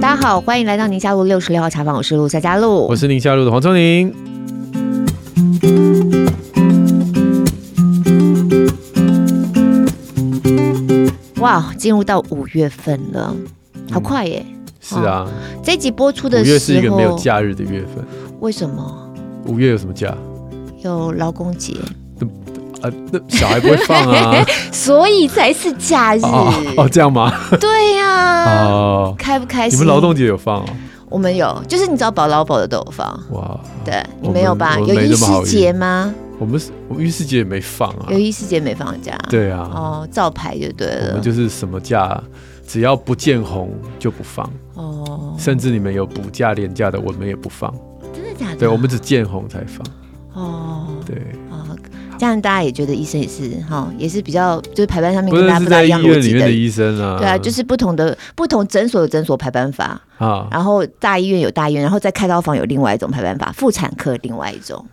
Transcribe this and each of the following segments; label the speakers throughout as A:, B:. A: 大家好，欢迎来到宁夏路六十六号茶坊，我是陆夏佳
B: 我
A: 露。
B: 是宁夏路的黄聪宁。
A: 哦哇，进入到五月份了，好快耶！
B: 是啊，
A: 这一集播出
B: 五
A: 的时候，
B: 月是一个没有假日的月份。
A: 为什么
B: 五月有什么假？
A: 有劳工节？
B: 啊，那小孩不会放 啊。
A: 所以才是假日。
B: 哦哦，这样吗？
A: 对呀、
B: 哦，
A: 开不嗯开
B: 你
A: 心？
B: 们劳动节有放哦？
A: 我们有，就是你只要保劳保的都有放。
B: 哇，
A: 对你
B: 我
A: 没有
B: 们
A: 吧？
B: 我
A: 有
B: 没
A: 医
B: 那么好
A: 师节吗？
B: 我们是我们浴室节也没放啊
A: 有。医师节没放假。
B: 对啊，
A: 哦，照牌就对
B: 我
A: 了
B: 们。就是什么假，只要不见红就不放，
A: 哦，
B: 甚至你们有补假、廉假的，我们也不放。
A: 真的假的？
B: 对，我们只见红才放。
A: 哦
B: 对，
A: 哦，这样大家也觉得医生也是哈、哦，也是比较就是排班上面
B: 不
A: 跟大家
B: 认识
A: 不大
B: 在
A: 一
B: 医
A: 样
B: 院
A: 逻
B: 里
A: 辑
B: 面
A: 的
B: 的。医生啊。
A: 对啊，就是不同的不同诊所有诊所排班法，
B: 啊，
A: 然后大医院有大医院，然后在开刀房有另外一种排班法，妇产科另外一 种，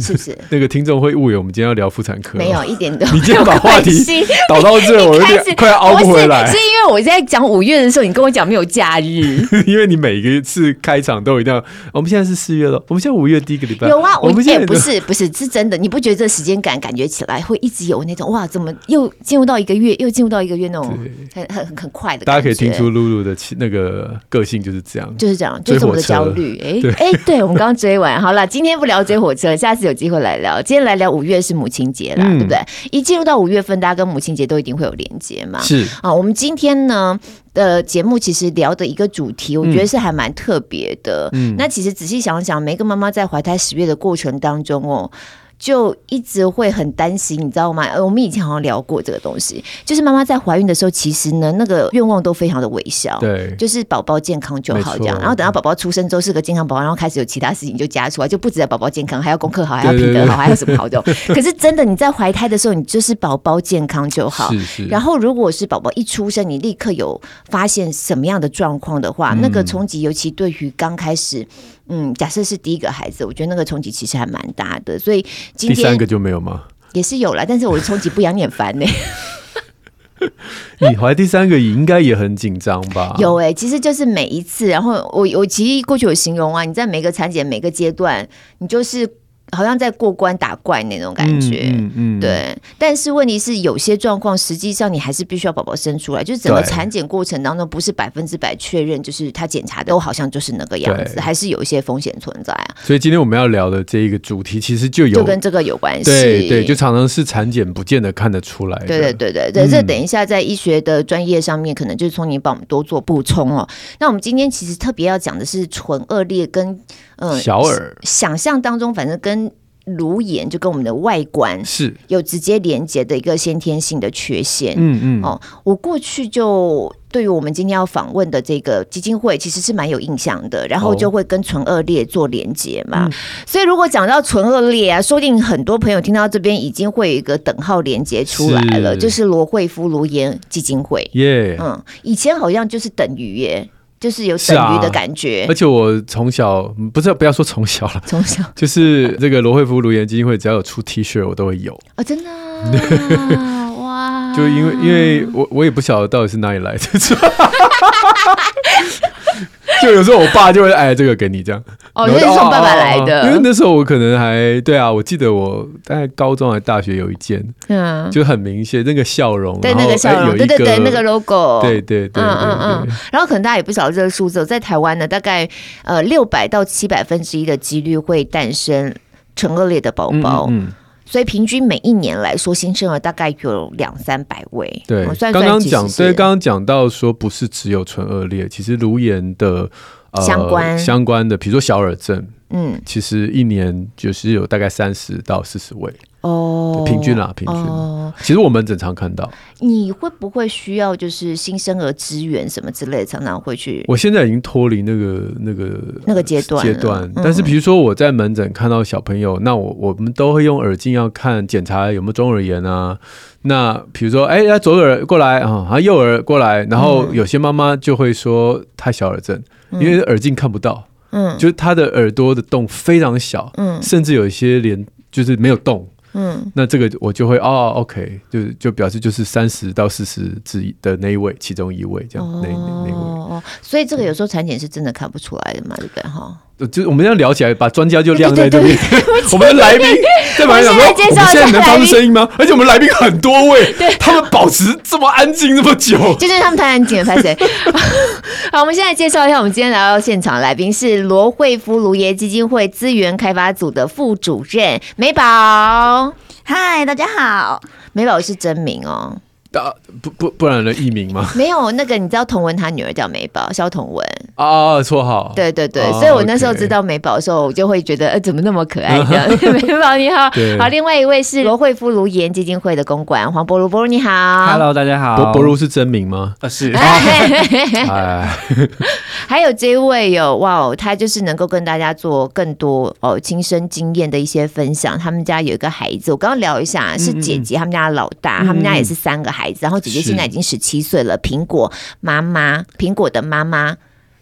A: 是不是？
B: 那个听众会误以为我们今天要聊妇产科，
A: 没有一点都
B: 啊你今天把话题
A: 没有关系
B: 导到这，我有
A: 一开始
B: 点快要熬不回来
A: 是，是因为我在讲五月的时候，你跟我讲没有假 日。
B: 因为你每一次开场都一定要。我们现在是四月了，我们现在五月第一个礼拜，
A: 有啊，
B: 我
A: 我
B: 们现
A: 也、
B: 在
A: 不是不是是真的，你不觉得这时间感感觉起来会一直有那种哇，怎么又进入到一个月，又进入到一个月那种很很很很快的
B: 大
A: 感觉。
B: 家可以听出露露的气那个个性就是这样。
A: 就是这样，就是我们的焦 虑。哎
B: 对
A: 哎，对，我们刚刚追完，好了，今天不聊追火车，下次有机会来聊。今天来聊五月是母亲节啦，
B: 嗯
A: 对不对？一进入到五月份，大家跟母亲节都一定会有连接嘛。
B: 是
A: 啊，我们今天呢的节目其实聊的一个主题，我觉得是还蛮特别的。
B: 嗯
A: 那其实仔细想想，每个妈妈在怀胎十月的过程当中哦。就一直会很担心，你知道吗？呃，我们以前好像聊过这个东西，就是妈妈在怀孕的时候，其实呢，那个愿望都非常的微小，
B: 对，
A: 就是宝宝健康就好
B: 没错
A: 这样。然后等到宝宝出生之后是个健康宝宝，然后开始有其他事情就加出来，就不止在宝宝健康，还要功课好，还要
B: 对对
A: 品德
B: 对
A: 好，还有什么好 的。可是真的你在怀胎的时候，你就是宝宝健康就好。
B: 是是，
A: 然后，如果是宝宝一出生，你立刻有发现什么样的状况的
B: 嗯
A: 话，那个冲击，尤其对于刚开始，嗯，假设是第一个孩子，我觉得那个冲击其实还蛮大的。所以今
B: 第三
A: 天
B: 个就没有吗？
A: 也是有了，但是我的冲击不一样，你很烦呢、
B: 你怀第三个应该也很紧张吧？
A: 有哎、其实就是每一次，然后我我其实过去有形容啊，你在每个产检每个阶段，你就是好像在过关打怪那种感觉。
B: 嗯嗯嗯
A: 对，但是问题是，有些状况实际上你还是必须要宝宝生出来，就是整个
B: 对
A: 产检过程当中不是百分之百确认，就是他检查的都好像就是那个样子，
B: 对
A: 还是有一些风险存在啊，
B: 所以今天我们要聊的这一个主题，其实就有
A: 就跟这个有关系。
B: 对对，就常常是产检不见得看得出来的。
A: 对对对对对，
B: 嗯
A: 这等一下在医学的专业上面，可能就是从你帮我们多做补充哦。那我们今天其实特别要讲的是唇腭裂跟嗯、呃、
B: 小耳
A: 想象当中，反正跟颅眼就跟我们的外观
B: 是，
A: 有直接连接的一个先天性的缺陷。
B: 嗯嗯，
A: 哦，我过去就对于我们今天要访问的这个基金会，其实是蛮有印象的，然后
B: 哦
A: 就会跟唇腭裂做连接嘛。
B: 嗯
A: 所以如果讲到唇腭裂啊，说不定很多朋友听到这边已经会有一个等号连接出来了，
B: 是
A: 就是罗惠夫卢颜基金会。
B: 耶、
A: 嗯，以前好像就是等于耶，就是有
B: 是
A: 等
B: 啊
A: 于的感觉
B: 而。且我从小嗯不是不要说从小了，
A: 从小
B: 就是这个罗惠夫卢颜基金会，只要有出 T 恤，我都会有。
A: 哦，真的 啊、哇！
B: 就因为因为我我也不晓得到底是哪里来的，就有时候我爸就会哎这个给你这样。
A: 哦，
B: 然
A: 这
B: 后
A: 是
B: 就
A: 从爸爸来
B: 哦哦哦因为
A: 的，
B: 那时候我可能还对啊，我记得我大概高中还大学有一件，
A: 嗯，
B: 就很明显那个笑容，
A: 对
B: 然后
A: 那个笑
B: 哎
A: 容，
B: 有一
A: 对对对，那个 logo，
B: 对对对对
A: 嗯嗯嗯
B: 对，。
A: 然后可能大家也不晓得这个数字哦，在台湾呢，大概呃六百到七百分之一的几率会诞生。唇腭裂的宝
B: 嗯
A: 宝，
B: 嗯嗯
A: 所以平均每一年来说，新生儿大概有两三百位。哦
B: 对
A: 我，算
B: 刚
A: 算
B: 刚
A: 其实
B: 讲
A: 是
B: 对，刚刚讲到说不是只有唇腭裂，其实颅炎的。呃
A: 相关
B: 相关的，比如说小耳症，
A: 嗯
B: 其实一年就是有大概三十到四十位，
A: 哦，
B: 平均啦平均
A: 哦，
B: 其实我们整常看到。
A: 你会不会需要就是新生儿支援什么之类的，常常会去
B: 我现在已经脱离那个那个
A: 那个阶段了
B: 阶段
A: 嗯，
B: 但是比如说我在门诊看到小朋友，那我我们都会用耳镜要看检查有没有中耳炎啊。那比如说，哎、他左耳过来啊，啊右耳过来，然后
A: 嗯
B: 有些妈妈就会说她小耳症，因为耳镜看不到，
A: 嗯
B: 就是她的耳朵的洞非常小，
A: 嗯
B: 甚至有一些连就是没有洞，
A: 嗯，
B: 那这个我就会哦，OK，就是就表示就是三十到四十之的那一位，其中一位这样，那那那一位
A: 哦，所以这个有时候产检是真的看不出来的嘛，对不对哈？，
B: 呃就是我们这样聊起来，把专家就晾在
A: 对
B: 这
A: 对
B: 边，我们的来宾在旁边想说，
A: 我们现在介
B: 我
A: 绍
B: 们现
A: 一
B: 在
A: 下
B: 能发
A: 来
B: 出
A: 宾
B: 声音吗？而且我们来宾很 多位，他们保持这么安静这么久，
A: 就是他们当然紧拍谁？ 好，我们现在介绍一下，我们今天来到现场的来宾是罗惠夫卢耶基金会资源开发组的副主任美宝，
C: 嗨，大家好。
A: 美宝是真名哦，
B: 啊，不不不然的艺名吗？
A: 没有那个你知道童文他女儿叫美宝，萧童文，
B: 啊，绰号，
A: 哦对对对，
B: 哦
A: 所以我那时候
B: OK
A: 知道美宝的时候，我就会觉得，呃，怎么那么可爱这 样？美宝你好
B: 对，
A: 好，另外一位是罗惠夫卢颜基金会的公馆黄博如，博如你好哎
D: Hello，大家好。
B: 博啊博如是真名吗？
D: 呃是
B: 哎，
A: 还有这一位有哇哦，他就是能够跟大家做更多哦亲身经验的一些分享。他们家有一个孩子，我刚刚聊一下，
B: 嗯
A: 是姐姐，他们家的老大，他们家也是三个孩子，然后姐姐现在已经十七岁了。苹果妈妈，苹果的妈妈，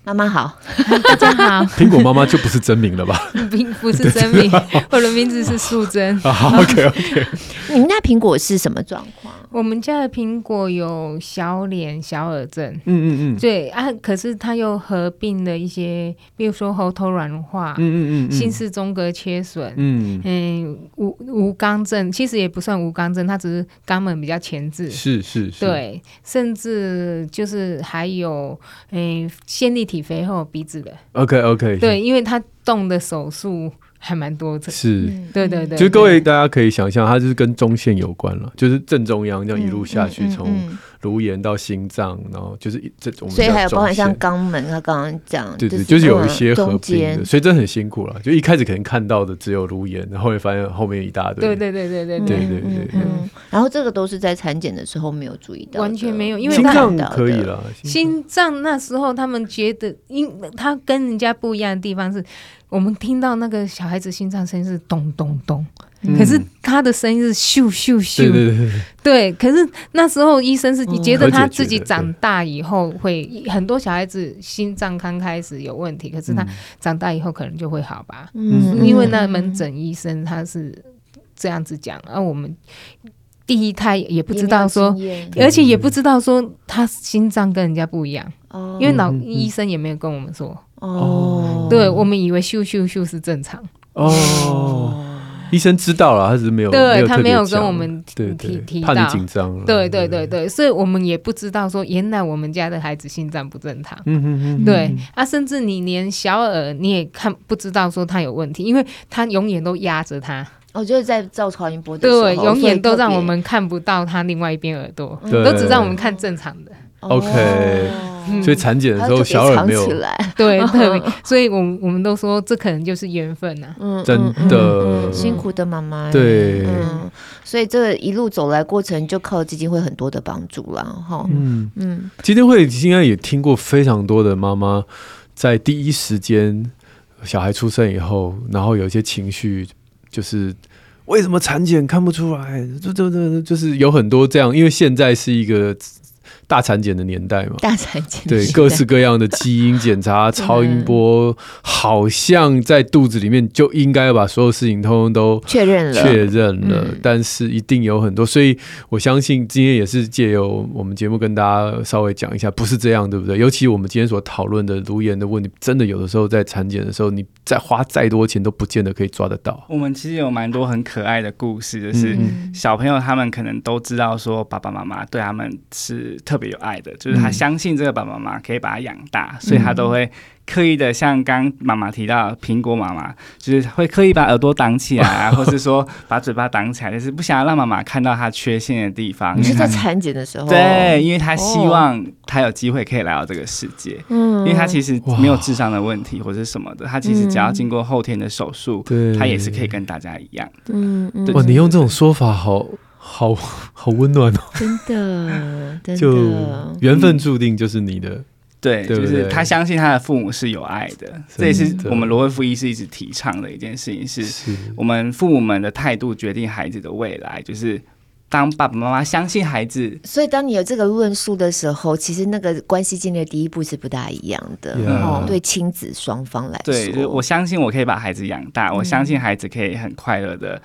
A: 妈妈好，
E: 大家好，
B: 苹果妈妈就不是真名 了吧
E: 并不是真名，我的名字是素贞。
B: ？OK OK，
A: 你们家苹果是什么状况？
E: 我们家的苹果有小脸、小耳症，
B: 嗯嗯嗯
E: 对啊，可是它又合并了一些，比如说喉头软化、
B: 嗯嗯嗯
E: 心
B: 嗯
E: 室中隔切损。
B: 嗯，
A: 哎
E: 嗯，无无肛症其实也不算无肛症，它只是肛门比较前置，
B: 是是是，，
E: 对，甚至就是还有，嗯，线粒体肥厚鼻子的，
B: ，OK OK，，
E: 对，因为它动的手术还蛮多的，
A: 嗯
B: 是。
E: 嗯对对对，
B: 就各
E: 对
B: 位大家可以想象，它就是跟中线有关了，就是正中央这样一路下去，
A: 嗯嗯
B: 从颅炎到心脏，然后就是一这我们
A: 所以还有
B: 叫中
A: 包含像
B: 线
A: 肛门，他刚刚讲，
B: 对对，就是有一些
A: 嗯
B: 合
A: 中
B: 并
A: 间
B: 的，所以真的很辛苦了。就一开始可能看到的只有颅炎，然后会发现后面一大堆，
E: 对对对对对
B: 对对
E: 对，
B: 对
A: 嗯嗯嗯然后这个都是在产检的时候没有注意到的，
E: 完全没有因为
B: 心
E: 大
B: 脏可以
A: 了。
B: 了，脏
E: 心脏那时候他们觉得，因他跟人家不一样的地方是，我们听到那个小孩子心脏声音是咚咚咚，
B: 嗯
A: 嗯
E: 可是他的声音是咻咻咻，
B: 对对对对，
E: 对可是那时候医生是
A: 嗯
E: 觉得他自己长大以后会，很多小孩子心脏刚开始有问题，可是他
A: 嗯
E: 长大以后可能就会好吧，
B: 嗯
E: 因为那门诊医生他是这样子讲，而、我们第一胎也不知道说。
A: 也没有经验
E: 而且也不知道说他心脏跟人家不一样，
A: 哦
E: 因为老
B: 嗯嗯嗯
E: 医生也没有跟我们说，
A: 哦，
E: 对我们以为咻咻咻是正常，
B: 哦，医生知道了，他只是没有，
E: 对
B: 有
E: 他
B: 特别
E: 没有跟
B: 讲嗯
E: 我们提
B: 对
E: 提
B: 对，
E: 提
B: 怕你
E: 到
B: 紧张了，
E: 对对对，对，所以我们也不知道说原来我们家的孩子心脏不正常。
B: 嗯嗯嗯，
E: 对啊，甚至你连小耳你也看不知道说他有问题，因为他永远都压着他，
A: 我觉得哦在照超音波的时候，
E: 对，永
A: 所以
E: 远都
A: 特别
E: 让我们看不到他另外一边耳朵，
B: 对
E: 都只让我们看正常的。
B: OK
A: 哦
E: 嗯
B: 所以产检的时候小
A: 还
B: 耳
A: 要特
B: 没
A: 别藏
B: 有
A: 起，来，
E: 对，特别，所以我们我们都说这可能就是缘分啊呐、
A: 嗯
B: 真
A: 嗯嗯
B: 的
A: 嗯辛苦的妈妈，
B: 对
A: 嗯，所以这一路走来过程就靠基金会很多的帮助啦，哈，
B: 嗯，
A: 嗯，
B: 基金会应该也听过非常多的妈妈在第一时间小孩出生以后，然后有一些情绪就是。为什么产检看不出来？这这这就是有很多这样，因为现在是一个大产检的年代 嘛，
A: 大产检
B: 对
A: 时代
B: 各式各样的基因检查、超音波，好像在肚子里面就应该要把所有事情通通都
A: 确认了，
B: 确认了，
A: 嗯
B: 但是一定有很多，所以我相信今天也是借由我们节目跟大家稍微讲一下，不是这样，对不对？尤其我们今天所讨论的颅炎的问题，真的有的时候在产检的时候，你再花再多钱都不见得可以抓得到。
D: 我们其实有蛮多很可爱的故事，就是
E: 嗯
D: 小朋友他们可能都知道说爸爸妈妈对他们是特别有爱的，就是他
B: 嗯
D: 相信这个爸爸妈妈可以把他养大，
A: 嗯
D: 所以他都会刻意的像刚妈妈提到的苹果妈妈，就是会刻意把耳朵挡起 来啊，或是说把嘴巴挡起来，就是不想要让妈妈看到他缺陷的地方。
A: 你是
D: 因
A: 在
D: 为
A: 哦
D: 他
A: 产检的时候，
D: 对，，因为他希望他有机会可以来到这个世界。
A: 嗯
D: 因为他其实
B: 嗯哇嗯
D: 没有智商的问题或者什么的，他其实只要经过后天的手术，
B: 对
D: 他也是可以跟大家一样。
A: 嗯嗯，
D: 对
B: 哇，你用这种说法好，好好温暖哦！
A: 真的真
B: 就
A: 的，
B: 缘分注定就是你的，
D: 对，
B: 对不
D: 就
B: 对
D: 是他相信他的父母是有爱的，这也是
B: 真的
D: 我们罗惠夫医师一直提倡的一件事情，是
B: 是
D: 我们父母们的态度决定孩子的未来，就是当爸爸妈妈相信孩子。
A: 所以，当你有这个论述的时候，其实那个关系建立的第一步是不大一样的
B: Yeah
A: 哦。对亲子双方来说，
B: 嗯
D: 对，就是我相信我可以把孩子养大，我相信孩子可以很快乐的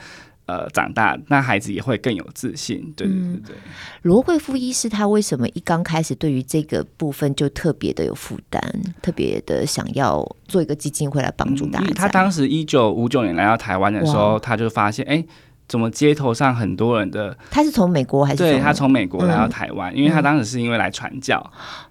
D: 呃长大，那孩子也会更有自信。对对
B: 嗯
D: 对对，
A: 罗慧夫医师他为什么一刚开始对于这个部分就特别的有负担，特别的想要做一个基金会来帮助大家？
D: 嗯因为他当时一九五九年来到台湾的时候，
A: 哇
D: 他就发现，哎、怎么街头上很多人的？
A: 他是从美国还是
D: 对他
A: 哪
D: 从美国来到
A: 嗯
D: 台湾，因为他当时是因为来传教，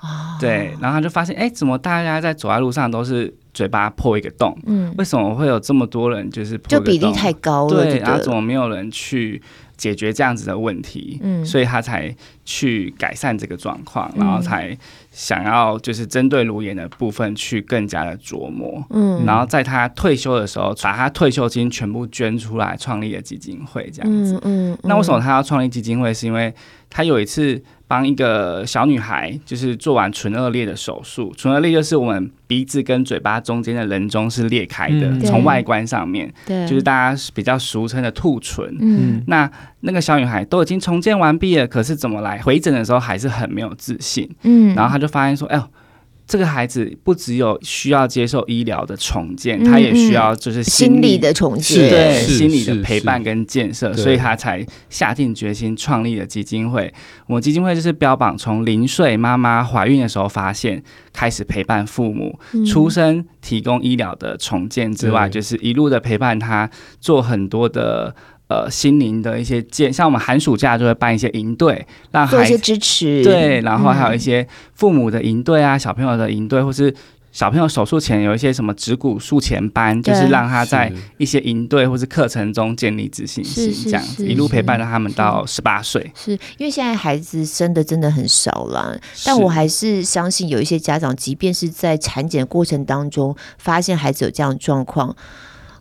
A: 哦
D: 对，然后他就发现，哎、怎么大家在走在路上都是嘴巴破一个洞？
A: 嗯，
D: 为什么会有这么多人就是破
A: 就
D: 一个
A: 比例
D: 洞
A: 太高了，
D: 对，
A: 就
D: 然后怎
A: 了
D: 么没有人去解决这样子的问题？
A: 嗯
D: 所以他才去改善这个状况，
A: 嗯
D: 然后才想要就是针对卢岩的部分去更加的琢磨。
A: 嗯
D: 然后在他退休的时候，把他退休金全部捐出来，创立了基金会这样子。
A: 嗯嗯，
D: 那为什么
A: 嗯？
D: 他要创立基金会？是因为他有一次帮一个小女孩，就是做完唇腭裂的手术。唇腭裂就是我们鼻子跟嘴巴中间的人中是裂开的，
B: 嗯
A: 对
D: 从外观上面，
A: 对，
D: 就是大家比较俗称的兔唇。
A: 嗯
D: 那那个小女孩都已经重建完毕了，可是怎么来回诊的时候还是很没有自信。
A: 嗯，
D: 然后她就发现说：“哎呦，这个孩子不只有需要接受医疗的重建，
A: 嗯
D: 她也需要就是
A: 心理
D: 理
A: 的重
B: 是
A: 建，
D: 对
B: 是
D: 心理的
B: 是
D: 陪伴跟建设，
B: 对
D: 所以她才下定决心创立了基金会。我们基金会就是标榜从零岁妈妈怀孕的时候发现，开始陪伴父母，
A: 嗯
D: 出生提供医疗的重建之外，
B: 对
D: 就是一路的陪伴他做很多的呃心灵的一些建，像我们寒暑假就会办一些营队，让
A: 做一
D: 孩
A: 些
D: 子
A: 支持，
D: 对，然后还有一
A: 嗯
D: 些父母的营队啊，小朋友的营队，或是小朋友手术前有一些什么指骨术前班，
A: 对
D: 就是让他在
B: 是
D: 一些营队或是课程中建立自信
A: 是
D: 心，
A: 是
D: 这样
A: 是
D: 子一路陪伴着他们到十八岁。
A: 是因为现在孩子生的真的很少啦，但我
D: 是
A: 还是相信有一些家长，即便是在产检过程当中发现孩子有这样的状况，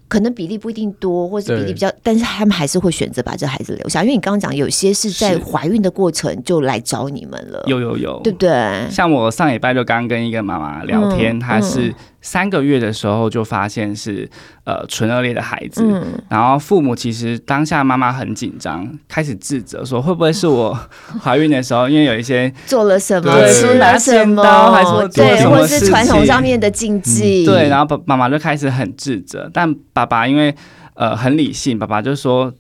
A: 可能比例不一定多，或是比例
B: 对
A: 比较，但是他们还是会选择把这孩子留下，因为你刚刚讲有些是在
D: 是
A: 怀孕的过程就来找你们了，
D: 有有有，
A: 对不对？
D: 像我上礼拜就刚跟一个妈妈聊天，
A: 嗯
D: 她是三个月的时候就发现是呃唇腭裂的孩子，
A: 嗯，
D: 然后父母其实当下妈妈很紧张，开始自责说会不会是我 怀孕的时候，因为有一些
A: 做了什么，
B: 对
A: 吃了什
D: 拿剪刀还是
A: 么
D: 我，做
A: 对，
B: 什么
A: 或者是
D: 事
A: 传统
D: 情嗯
A: 上面的禁忌，
B: 嗯
D: 对，然后爸妈妈就开始很自责，但爸爸因为呃很理性，爸爸就说。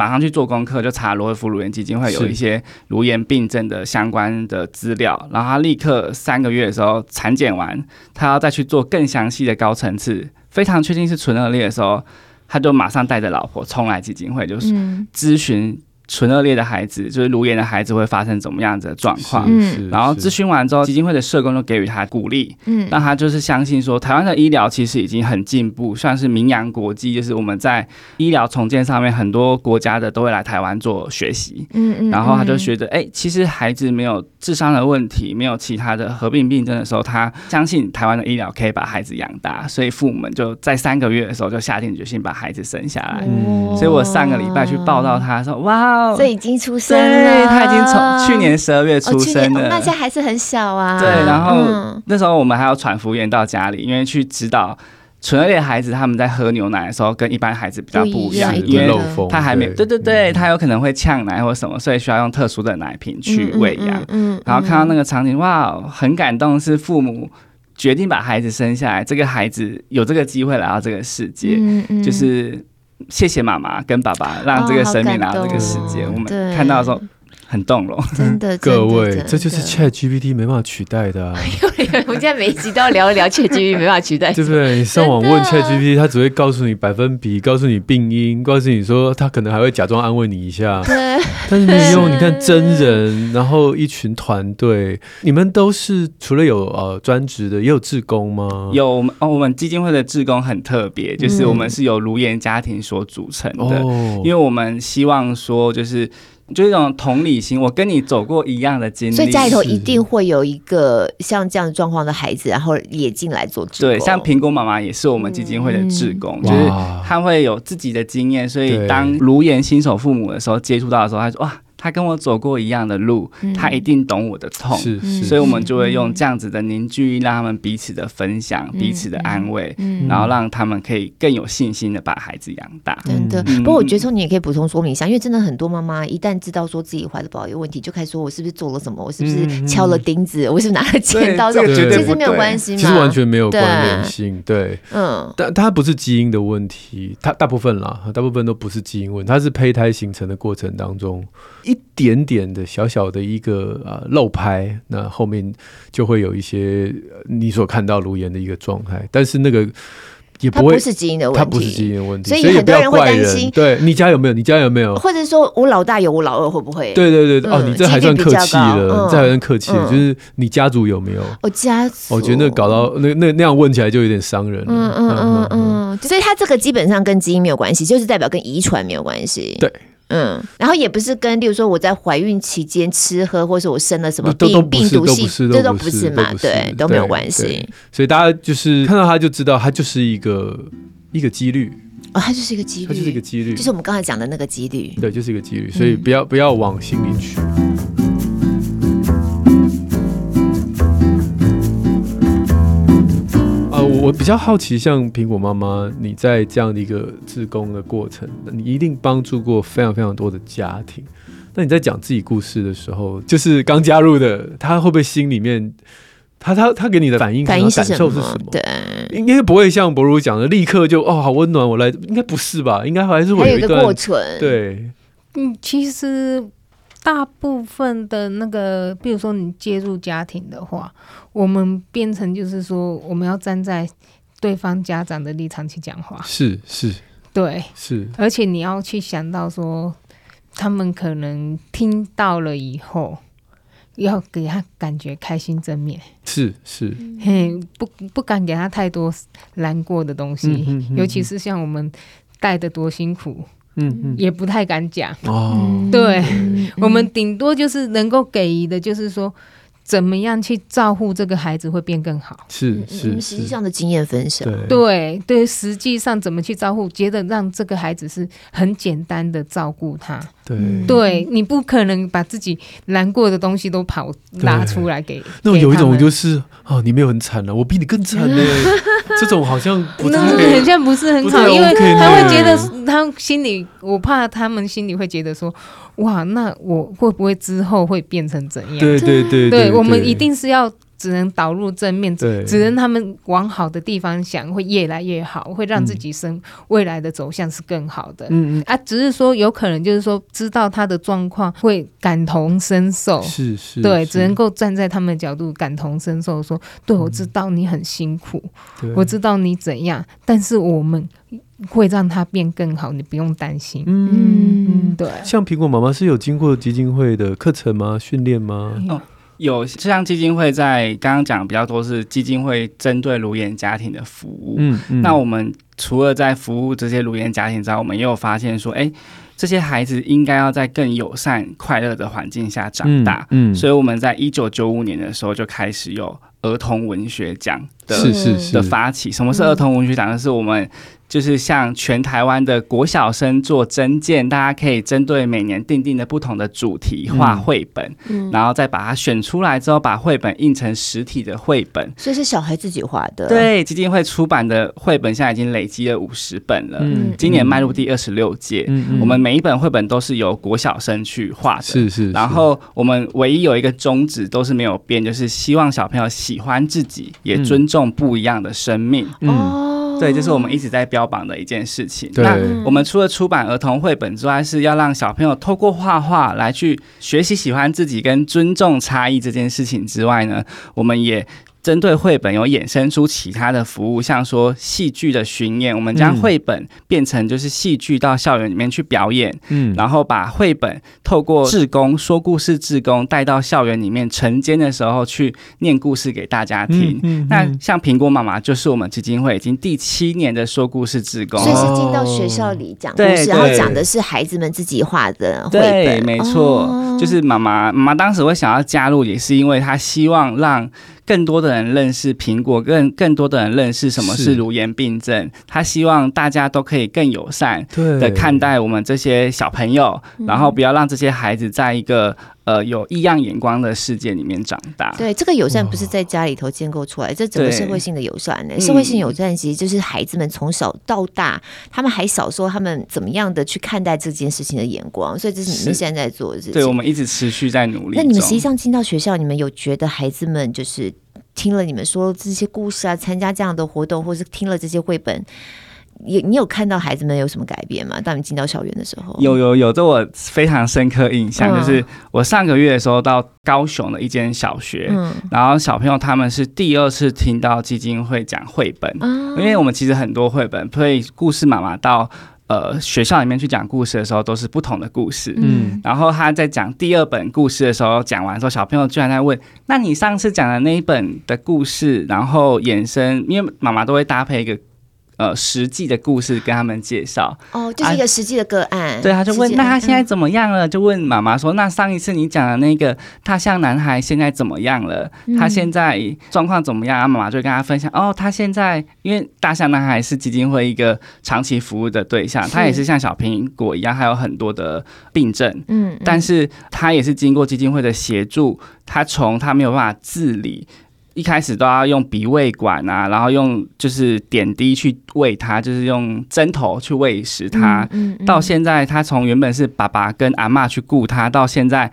D: 马上去做功课，就查罗慧夫乳炎基金会有
B: 是
D: 一些乳炎病症的相关的资料，然后他立刻三个月的时候产检完，他要再去做更详细的高层次，非常确定是唇腭裂的时候，他就马上带着老婆冲来基金会，就是
E: 嗯
D: 咨询唇腭裂的孩子，就是乳炎的孩子会发生怎么样子的状况。
B: 是是
D: 嗯然后
B: 是
D: 咨询完之后，基金会的社工就给予他鼓励，
A: 嗯
D: 让他就是相信说，台湾的医疗其实已经很进步，算是名扬国际，就是我们在医疗重建上面，很多国家的都会来台湾做学习。
A: 嗯嗯，
D: 然后他就
A: 嗯
D: 觉得，哎、其实孩子没有智商的问题，没有其他的合并病症的时候，他相信台湾的医疗可以把孩子养大，所以父母们就在三个月的时候就下定决心把孩子生下来。
B: 嗯
A: 哦
D: 所以我上个礼拜去报道他说，哇哦，
A: 这已经出生
D: 对，
A: 了，
D: 他已经从去年十二月出生
A: 啊哦去年哦
D: 了。
A: 那现在还是很小啊。
D: 对，然后、
A: 嗯
D: 那时候我们还要传福音到家里，因为去指导唇腭裂孩子他们在喝牛奶的时候跟一般孩子比较不
A: 不一
D: 一
A: 样
D: 样，
A: 一
B: 是
A: 定
D: 因
A: 的
D: 为
B: 漏风，
D: 他还没对对
B: 嗯
D: 对，他有可能会呛奶或什么，所以需要用特殊的奶瓶去喂养。
A: 嗯嗯嗯
D: 然后看到那
A: 个，
D: 个场景，哇，很感动，是父母决定把孩子生下来，这个孩子有这个机会来到这个世界，
A: 嗯嗯
D: 就是。谢谢妈妈跟爸爸，让这个生命来到这个世界。
A: 哦哦好感动
D: 我们
A: 对
D: 看到的时候很动容。
A: 真的，
B: 各位
A: 真的，
B: 这就是。
A: 真的
B: Chat GPT 没办法取代的、啊，
A: 我们现在每一集都要聊一聊 ChatGPT 没办法取代
B: 对不对？你上网问 Chat GPT，它只会告诉你百分比，告诉你病因，告诉你说它可能还会假装安慰你一下，
A: 对
B: 但是没用。
A: 是
B: 你看真人，然后一群团队，你们都是除了有呃专职的，也有志工吗？
D: 有我们哦，我们基金会的志工很特别，就是
A: 嗯
D: 我们是由卢岩家庭所组成的，
B: 哦，
D: 因为我们希望说就是。就是一种同理心，我跟你走过一样的经历，
A: 所以家里头
B: 是
A: 一定会有一个像这样状况的孩子，然后也进来做志工。
D: 对，像苹果妈妈也是我们基金会的志工，就是
B: 嗯哇，
D: 她会有自己的经验，所
B: 对
D: 以当卢岩新手父母的时候接触到的时候，她说哇，他跟我走过一样的路，
A: 嗯
D: 他一定懂我的痛。
B: 是是，
D: 所以，我们就会用这样子的凝聚力，让他们彼此的分享、
A: 嗯
D: 彼此的安慰，
A: 嗯
D: 然后让他们可以更有信心的把孩子养大。
A: 真的，
D: 嗯
A: 不过我觉得说你也可以补充说明一下，因为真的很多妈妈一旦知道说自己怀的宝有问题，就开始说我是不是做了什么，我是不是敲了钉子，我 是不是拿了剪刀，
D: 对这个
B: 绝嗯对
A: 其实
D: 不
A: 没有
D: 对
A: 关系嘛，
B: 其实完全没有
A: 对
B: 关联性，对。
A: 嗯，
B: 但它不是基因的问题，它大部分啦，大部分都不是基因问题，它是胚胎形成的过程当中一点点的小小的一个呃漏拍，那后面就会有一些呃你所看到卢岩的一个状态，但是那个也
A: 它
B: 不会
A: 不，是基因的
B: 它
A: 问
B: 不是基
A: 题。
B: 因的问题，
A: 所以
B: 所以也
A: 很
B: 不
A: 多
B: 要
A: 人会
B: 怪
A: 担心
B: 人。对你家有没有？你家有没有？
A: 或者说我老大有，我老二会不会？，
B: 对对对，哦，
A: 嗯
B: 你这还算客
A: 几
B: 气
A: 率比较
B: 了，
A: 高
B: 你这还算客气了，
A: 嗯
B: 就是你家族有没有？
A: 我家族，
B: 我觉得那搞到那那那样问起来就有点伤人了。
A: 嗯嗯嗯嗯，所以它这个基本上跟基因没有关系，就是代表跟遗传没有关系。
B: 对。
A: 嗯，然后也不是跟，例如说我在怀孕期间吃喝，或者是我生了什么
B: 都都
A: 病病
B: 不是
A: 毒
B: 都
A: 性
B: 不是，
A: 这
B: 都
A: 都
B: 不
A: 不
B: 是
A: 是嘛
B: 都，不是
A: 对，都没有
B: 对
A: 关系
B: 对。所以大家就是看到它就知道，它就是一个一个几率，
A: 哦，它就是一个几
B: 它就是一个
A: 率，
B: 几率
A: 就，是我们刚才讲的那个几率。
B: 对，就是一个几率。所以不要不要往心里去。啊，我我比较好奇，像苹果妈妈，你在这样的一个自工的过程，你一定帮助过非常非常多的家庭。那你在讲自己故事的时候，就是刚加入的，他会不会心里面，他他他给你的反应、
A: 反应
B: 感
A: 什
B: 受是
A: 么
B: 什么？
A: 对，
B: 应该不会像博如讲的，立刻就哦好温暖，我来，应该不是吧？应该还是
A: 还
B: 会
A: 有一
B: 一
A: 个过
B: 段
A: 程。，
B: 对，
E: 嗯，其实大部分的那个，比如说你介入家庭的话，我们变成就是说，我们要站在对方家长的立场去讲话，
B: 是是
E: 对，
B: 是，
E: 而且你要去想到说，他们可能听到了以后。要给他感觉开心正面，
B: 是是，
E: 嘿，不不敢给他太多难过的东西，
B: 嗯嗯嗯
E: 尤其是像我们带的多辛苦，
B: 嗯
E: 也不太敢讲。
B: 嗯，哦，
E: 对，
A: 嗯
E: 我
B: 嗯
E: 们顶多就是能够给予的，就是说怎么样去照顾这个孩子会变更好。
B: 是
A: 我
B: 嗯是
A: 们实际
B: 是，
A: 上的经验分享。
B: 对，
E: 对对，实际上怎么去照顾，觉得让这个孩子是很简单的照顾他。
B: 对，
E: 对你不可能把自己难过的东西都跑拉出来给
B: 那种有一种就是是啊，你没有很惨了，我比你更惨呢，这种好像不
E: 那
B: 太
E: 个很像不是很
B: 不
E: 好，
B: 太
E: 因为
B: OK 呢
E: 他会觉得他心里，我怕他们心里会觉得说，哇，那我会不会之后会变成怎样？
B: 对对对
E: 对我们一定是要只能导入正面，
B: 对
E: 只只能他们往好的地方想，会越来越好，会让自己生、
D: 嗯
E: 未来的走向是更好的。
B: 嗯
E: 啊，只是说有可能就是说知道他的状况会感同身受
B: 嗯，，是是，
E: 对，
B: 是
E: 只能够站在他们的角度感同身受说对，我知道你很辛苦，
D: 嗯
B: 对
E: 我知道你怎样，但是我们会让他变更好，你不用担心。
A: 嗯，
E: 对，
B: 像苹果妈妈是有经过基金会的课程吗？训练吗？
D: 哦有这项基金会在刚刚讲比较多是基金会针对卢岩家庭的服务。
B: 嗯嗯，
D: 那我们除了在服务这些卢岩家庭之外，我们也有发现说，哎、这些孩子应该要在更友善、快乐的环境下长大。
B: 嗯，嗯
D: 所以我们在一九九五年的时候就开始有儿童文学奖的
B: 是是是
D: 的发起。什么
B: 嗯
D: 是儿童文学奖？就是我们就是向全台湾的国小生做征件，大家可以针对每年定定的不同的主题画
B: 嗯
D: 绘本，然后再把它选出来之后，把绘本印成实体的绘本。
A: 所以是小孩自己画的。，
D: 对，基金会出版的绘本现在已经累积了五十本了，
B: 嗯
D: 今年迈入第二十六届。
B: 嗯
D: 我们每一本绘本都是由国小生去画的，
B: 是是，
D: 然后我们唯一有一个宗旨都是没有变，就是希望小朋友喜欢自己，也
B: 嗯
D: 尊重不一样的生命。
B: 是嗯
A: 哦，
D: 对，这是我们一直在标榜的一件事情。
B: 对
D: 那
A: 嗯
D: 我们除了出版儿童绘本之外，是要让小朋友透过画画来去学习喜欢自己跟尊重差异这件事情之外呢，我们也。针对绘本有衍生出其他的服务，像说戏剧的巡演，我们将
B: 嗯
D: 绘本变成就是戏剧到校园里面去表演，
B: 嗯
D: 然后把绘本透过志工说故事，志工带到校园里面晨间的时候去念故事给大家听。
B: 嗯嗯
D: 那
B: 嗯
D: 像苹果妈妈就是我们基金会已经第七年的说故事志工
A: 所以
B: 哦
A: 是进到学校里讲故
D: 哦对
A: 事，然后
D: 对
A: 讲的是孩子们自己画的绘
D: 对，
A: 本，
D: 没错，
A: 哦
D: 就是妈妈妈妈当时会想要加入，也是因为她希望让更多的人认识苹果，更更多的人认识什么
B: 是
D: 是乳炎病症。他希望大家都可以更友善
B: 对
D: 的看待我们这些小朋友，
A: 嗯
D: 然后不要让这些孩子在一个呃有异样眼光的世界里面长大。
A: 对，这个友善不
B: 哦
A: 是在家里头建构出来，这整个
D: 对
A: 社会性的友善呢、
D: 嗯
A: 社会性友善其实就是孩子们从小到大，他们还小时候他们怎么样的去看待这件事情的眼光，所以这是你们
D: 是
A: 现在在做的事
D: 对，我
A: 情。
D: 们一直持续在努力
A: 那
D: 中。
A: 你们实际上进到学校，你们有觉得孩子们就是听了你们说这些故事啊，参加这样的活动，或是听了这些绘本，也你有看到孩子们有什么改变吗？当你进到校园的时候，
D: 有有有，这我非常深刻印象，
A: 哦嗯
D: 就是我上个月的时候到高雄的一间小学，
A: 嗯
D: 然后小朋友他们是第二次听到基金会讲绘本，
A: 啊
D: 因为我们其实很多绘本，所以故事妈妈到呃学校里面去讲故事的时候都是不同的故事。
B: 嗯
D: 然后他在讲第二本故事的时候，讲完之后，小朋友居然在问：“那你上次讲的那一本的故事，然后衍生，因为妈妈都会搭配一个呃实际的故事跟他们介绍，
A: 哦，就是一个实际的个案。
D: 啊对，他就
A: 实
D: 问
A: 际的
D: 那他现在
A: 嗯
D: 怎么样了？就问妈妈说，那上一次你讲的那个大象男孩现在怎么样了？
A: 嗯
D: 他现在状况怎么样？啊妈妈就跟他分享，哦，他现在因为大象男孩是基金会一个长期服务的对象，
A: 是
D: 他也是像小苹果一样，还有很多的病症。
A: 嗯，嗯
D: 但是他也是经过基金会的协助，他从他没有办法自理，一开始都要用鼻胃管啊，然后用就是点滴去喂他，就是用针头去喂食他，
A: 嗯嗯嗯
D: 到现在，他从原本是爸爸跟阿嬷去顾他，到现在，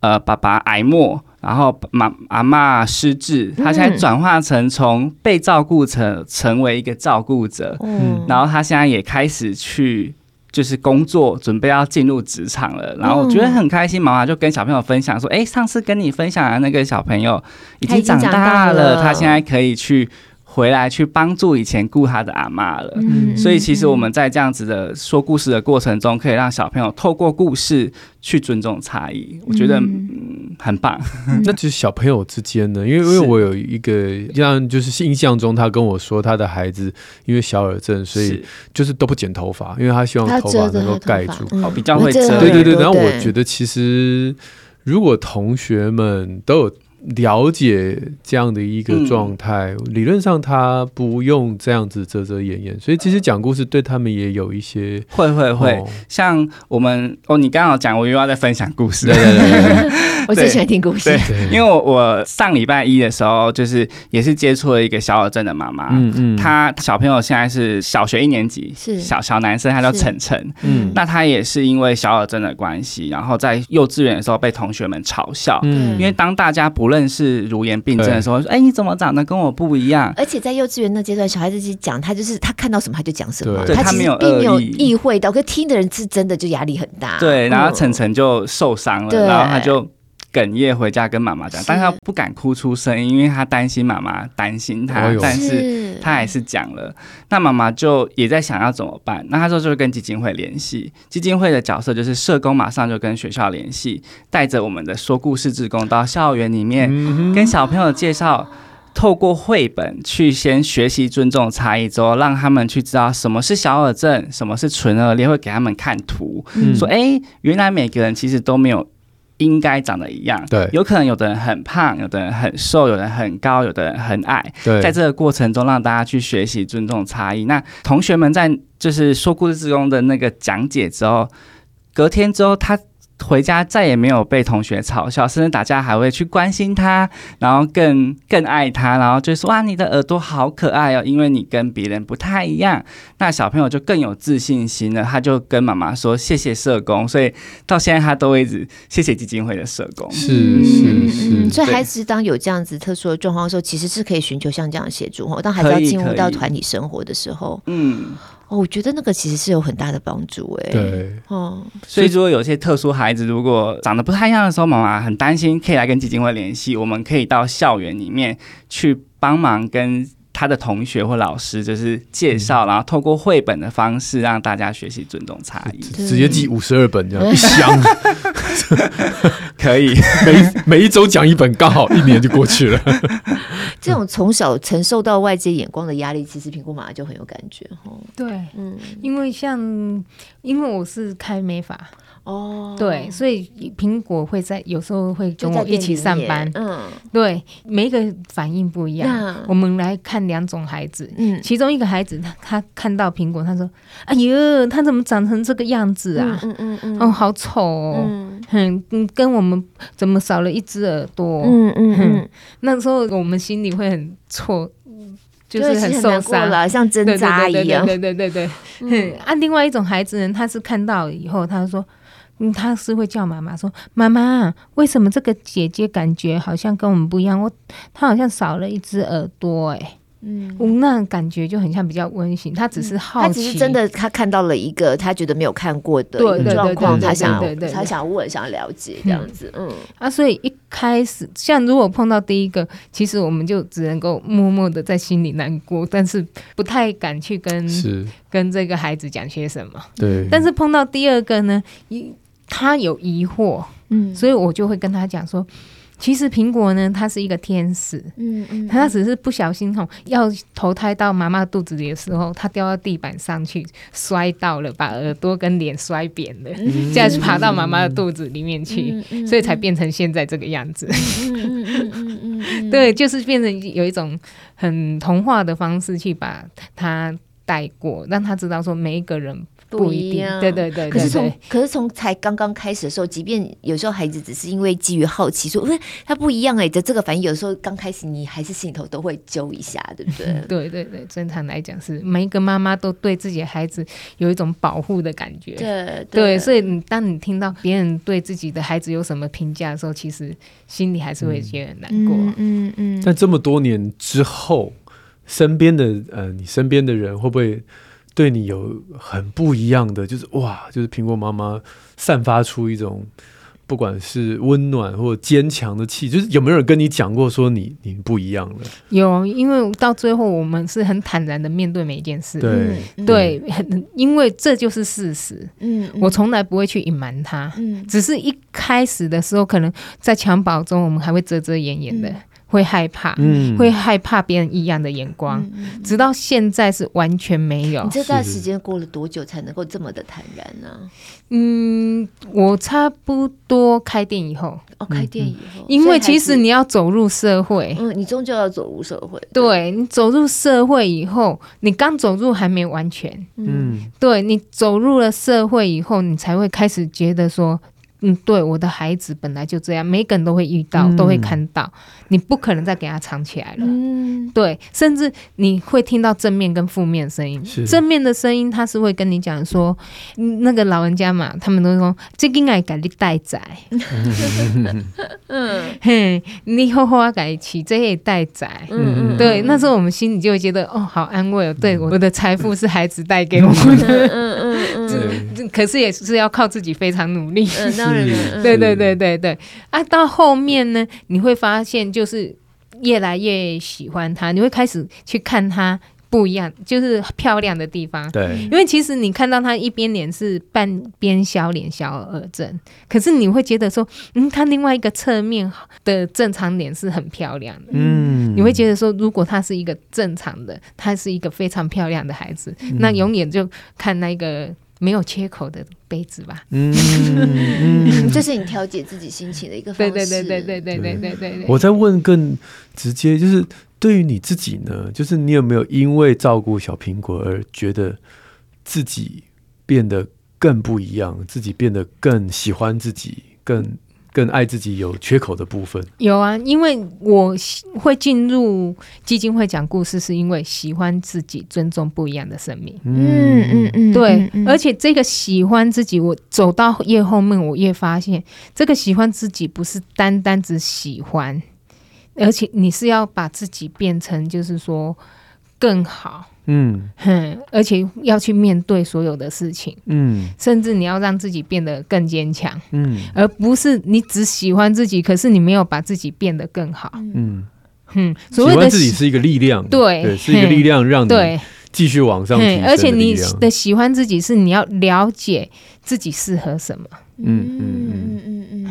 D: 呃，爸爸癌末，然后妈阿嬷失智，他现
A: 嗯
D: 在转化成从被照顾成成为一个照顾者，
A: 嗯
D: 然后他现在也开始去就是工作，准备要进入职场了。然后我觉得很开心，妈妈就跟小朋友分享说：“哎、上次跟你分享的那个小朋友已
A: 他已
D: 经
A: 经长
D: 长大
A: 大
D: 了，
A: 了
D: 他现在可以去回来去帮助以前顾他的阿嬷了。”
A: 嗯
D: 所以其实
A: 嗯
D: 我们在这样子的说故事的过程中，可以让小朋友透过故事去尊重差异，我觉得嗯很棒。
B: 那就是小朋友之间呢，因为因
D: 是
B: 为我有一个让就是印象中，他跟我说他的孩子因为小耳症， 所以
D: 是
B: 就是都不剪头发，因为他希望
A: 他
B: 头
A: 遮
B: 发
A: 着
B: 能够
A: 他
B: 盖
A: 头
B: 住。
A: 发，
D: 哦
A: 嗯
D: 比较会
A: 这
D: 遮
A: 个
B: 对对
A: 很
B: 对，
A: 多
B: 然后我觉得其实如果同学们都有了解这样的一个状态，理论上他不用这样子遮遮掩掩，所以其实讲故事对他们也有一些
D: 会会会，
B: 哦
D: 像我们哦，你刚好讲，我又要再分享故事。
B: 对对对对对
A: 我最喜欢听故事
D: 对，
B: 对，
D: 因为我我上礼拜一的时候，就是也是接触了一个小耳症的妈妈，
B: 嗯嗯，
D: 她小朋友现在是小学一年级，
A: 是
D: 小小男生，他叫
A: 是
D: 晨晨。
B: 嗯
D: 那他也是因为小耳症的关系，然后在幼稚园的时候被同学们嘲笑，
A: 嗯
D: 因为当大家不认识乳炎病症的时候，说：“哎、你怎么长得跟我不一样
A: 而且在幼稚园那阶段，小孩子其实讲他就是他看到什么他就讲什么，
B: 对
A: 其
D: 他没
A: 实
D: 有
A: 并没有
D: 恶意
A: 意会到，可听的人是真的就压力很？”大。
D: 对，然后晨
A: 嗯
D: 晨就受伤
A: 对
D: 了，然后他就哽咽回家跟妈妈讲
A: 是，
D: 但是他不敢哭出声音，因为他担心妈妈担心他，
A: 哦
B: 哎呦
D: 但是。他还是讲了，那妈妈就也在想要怎么办。那他说就跟基金会联系，基金会的角色就是社工马上就跟学校联系，带着我们的说故事志工到校园里面
B: 嗯
D: 跟小朋友介绍，透过绘本去先学习尊重差异，之后让他们去知道什么是小耳症，什么是唇腭裂，会给他们看图，
B: 嗯
D: 说诶，原来每个人其实都没有。应该长得一样，
B: 对
D: 有可能有的人很胖，有的人很瘦，有的人很高，有的人很矮，
B: 对，
D: 在这个过程中让大家去学习尊重差异。那同学们在就是说故事之中的那个讲解之后，隔天之后他。回家再也没有被同学嘲笑，甚至大家还会去关心他，然后更更爱他，然后就说哇，你的耳朵好可爱哦，因为你跟别人不太一样。那小朋友就更有自信心了，他就跟妈妈说谢谢社工，所以到现在他都会一直谢谢基金会的社工。
B: 是
A: 嗯
B: 是
A: 嗯，
B: 是，
A: 所以
D: 对
A: 孩子当有这样子特殊的状况的时候，其实是可以寻求像这样的协助哦。当孩子要
D: 可以
A: 进入
D: 可以
A: 到团体生活的时候，
D: 嗯，
A: 哦，我觉得那个其实是有很大的帮助哎。，
B: 对。
A: 哦，
D: 所以，如果有些特殊孩子如果长得不太一样的时候，妈妈很担心，可以来跟基金会联系，我们可以到校园里面去帮忙跟。他的同学或老师就是介
B: 嗯
D: 绍，然后透过绘本的方式让大家学习尊重差异，
A: 对
B: 直直接寄五十二本这样一箱，
D: 可以
B: 每每一周讲一本，刚好一年就过去了。
A: 这种从小承受到外界眼光的压力，其实评估马上就很有感觉哦。
E: 对，
A: 嗯，
E: 因为像因为我是开美发，
A: 哦，
E: 对，所以苹果会在有时候会
A: 就
E: 跟
A: 在
E: 我一起上班
A: 店里面，嗯
E: 对，每一个反应不一样
A: 那。
E: 我们来看两种孩子，
A: 嗯，
E: 其中一个孩子他他看到苹果，他说：“哎呦，他怎么长成这个样子啊？
A: 嗯嗯嗯，
E: 哦，好丑哦，
A: 嗯
E: 哼、嗯，跟我们怎么少了一只耳朵？”
A: 嗯嗯嗯
E: 嗯，那时候我们心里会很错，就是
A: 其实
E: 受
A: 难过
E: 伤。
A: 了，像针
E: 对
A: 扎一样。
E: 对对对对对对。嗯，啊，另外一种孩子呢，他是看到以后，他说。嗯，他是会叫妈妈说：“妈妈，为什么这个姐姐感觉好像跟我们不一样？我她好像少了一只耳朵、哎，
A: 嗯，
E: 我那感觉就很像比较温馨。他只是好奇，
A: 他只是真的，他看到了一个他觉得没有看过的
E: 对
A: 一个
B: 对
A: 状
B: 对
A: 况，
B: 对对
A: 他
B: 对
A: 想
E: 对对对
A: 他想问，想了解这样子。嗯，
E: 啊。所以一开始，像如果碰到第一个，其实我们就只能够默默的在心里难过，但是不太敢去跟
B: 是嗯
E: 跟这个孩子讲些什么。
B: 对，
E: 但是碰到第二个呢，一他有疑惑，
A: 嗯
E: 所以我就会跟他讲说，其实苹果呢，它是一个天使，
A: 嗯嗯
E: 它只是不小心吼要投胎到妈妈肚子里的时候，它掉到地板上去摔到了，把耳朵跟脸摔扁了，
B: 嗯
E: 这样就爬到妈妈的肚子里面去，
A: 去
E: 所以才变成现在这个样子。
A: 嗯嗯嗯嗯嗯，
E: 对，就是变成有一种很童话的方式去把它带过，让他知道说每一个人不一定，
A: 样。
E: 对对对对对。
A: 可是从可是从才刚刚开始的时候，即便有时候孩子只是因为基于好奇说，喂，他不一样哎、这这个反应，有时候刚开始你还是心里头都会揪一下，对不对？
E: 对对对，正常来讲是每一个妈妈都对自己的孩子有一种保护的感觉。
A: 对
E: 对，
A: 以
E: 所以你当你听到别人对自己的孩子有什么评价的时候，其实心里还是会觉得很难过。啊
A: 嗯嗯
B: 但这么多年之后，身边的呃，你身边的人会不会对你有很不一样的？就是哇，就是苹果妈妈散发出一种不管是温暖或坚强的气，就是有没有人跟你讲过说你你不一样了？
E: 有，因为到最后我们是很坦然的面对每一件事。
B: 对，
E: 对，很因为这就是事实，
A: 嗯，
E: 我从来不会去隐瞒它。
A: 嗯
E: 只是一开始的时候，可能在襁褓中，我们还会遮遮掩掩的，
A: 嗯
E: 会害怕，
B: 嗯
E: 会害怕别人异样的眼
A: 嗯
E: 光。直到现在是完全没有
A: 你。这段时间过了多久才能够这么的坦然呢、
E: 嗯，我差不多开店以后，
A: 哦，开店以后，
E: 嗯因为其实
A: 所以
E: 你要走入社会，
A: 还是嗯，你终究要走入社会，
E: 对你走入社会以后，你刚走入还没完全，
B: 嗯，
E: 对你走入了社会以后，你才会开始觉得说。嗯，对，我的孩子本来就这样，每个人都会遇到，
B: 嗯
E: 都会看到，你不可能再给他藏起来了。
A: 嗯
E: 对，甚至你会听到正面跟负面的声音
B: 是。
E: 正面的声音，他是会跟你讲说，嗯那个老人家嘛，他们都说这个爱给你带仔，
A: 嗯
E: 嘿，你以后好好改起，这也带仔。
A: 嗯嗯，
E: 对，那时候我们心里就会觉得，哦，好安慰哦。对，我的财富是孩子带给我的，嗯
B: 对，
E: 这可是也是要靠自己非常努力。
A: 嗯，当然了，嗯
E: 对对对对对，啊，到后面呢，你会发现就是越来越喜欢它，你会开始去看它不一样，就是漂亮的地方。
B: 对，
E: 因为其实你看到他一边脸是半边小脸小耳症，可是你会觉得说，嗯，他另外一个侧面的正常脸是很漂亮的。
B: 嗯
E: 你会觉得说，如果他是一个正常的，他是一个非常漂亮的孩子，那永远就看那个没有缺口的杯子吧。
B: 嗯。
A: 嗯，这是你调节自己心情的一个方
E: 对
A: 式，
E: 对对对对对对对对对。
B: 我在问更直接，就是对于你自己呢，就是你有没有因为照顾小苹果而觉得自己变得更不一样，自己变得更喜欢自己，更更爱自己有缺口的部分？
E: 有啊，因为我喜会进入基金会讲故事，是因为喜欢自己，尊重不一样的生命。
A: 嗯，嗯嗯嗯，
E: 对，
A: 嗯
E: 而且这个喜欢自己，我走到越后面，我越发现，这个喜欢自己不是单单只喜欢，而且你是要把自己变成，就是说更好，
B: 嗯
E: 哼，而且要去面对所有的事情，
B: 嗯
E: 甚至你要让自己变得更坚强，
B: 嗯
E: 而不是你只喜欢自己，可是你没有把自己变得更好。
B: 嗯，
E: 嗯，
B: 喜
E: 所谓
B: 欢
E: 的
B: 自己
E: 喜
B: 是一个力量，
E: 对
B: 是一个力量让你
E: 对，
B: 继续往上提
E: 嘿
B: 升
E: 而且
B: 力
E: 你
B: 量
E: 的喜欢自己是你要了解自己适合什么。
B: 嗯嗯
A: 嗯嗯嗯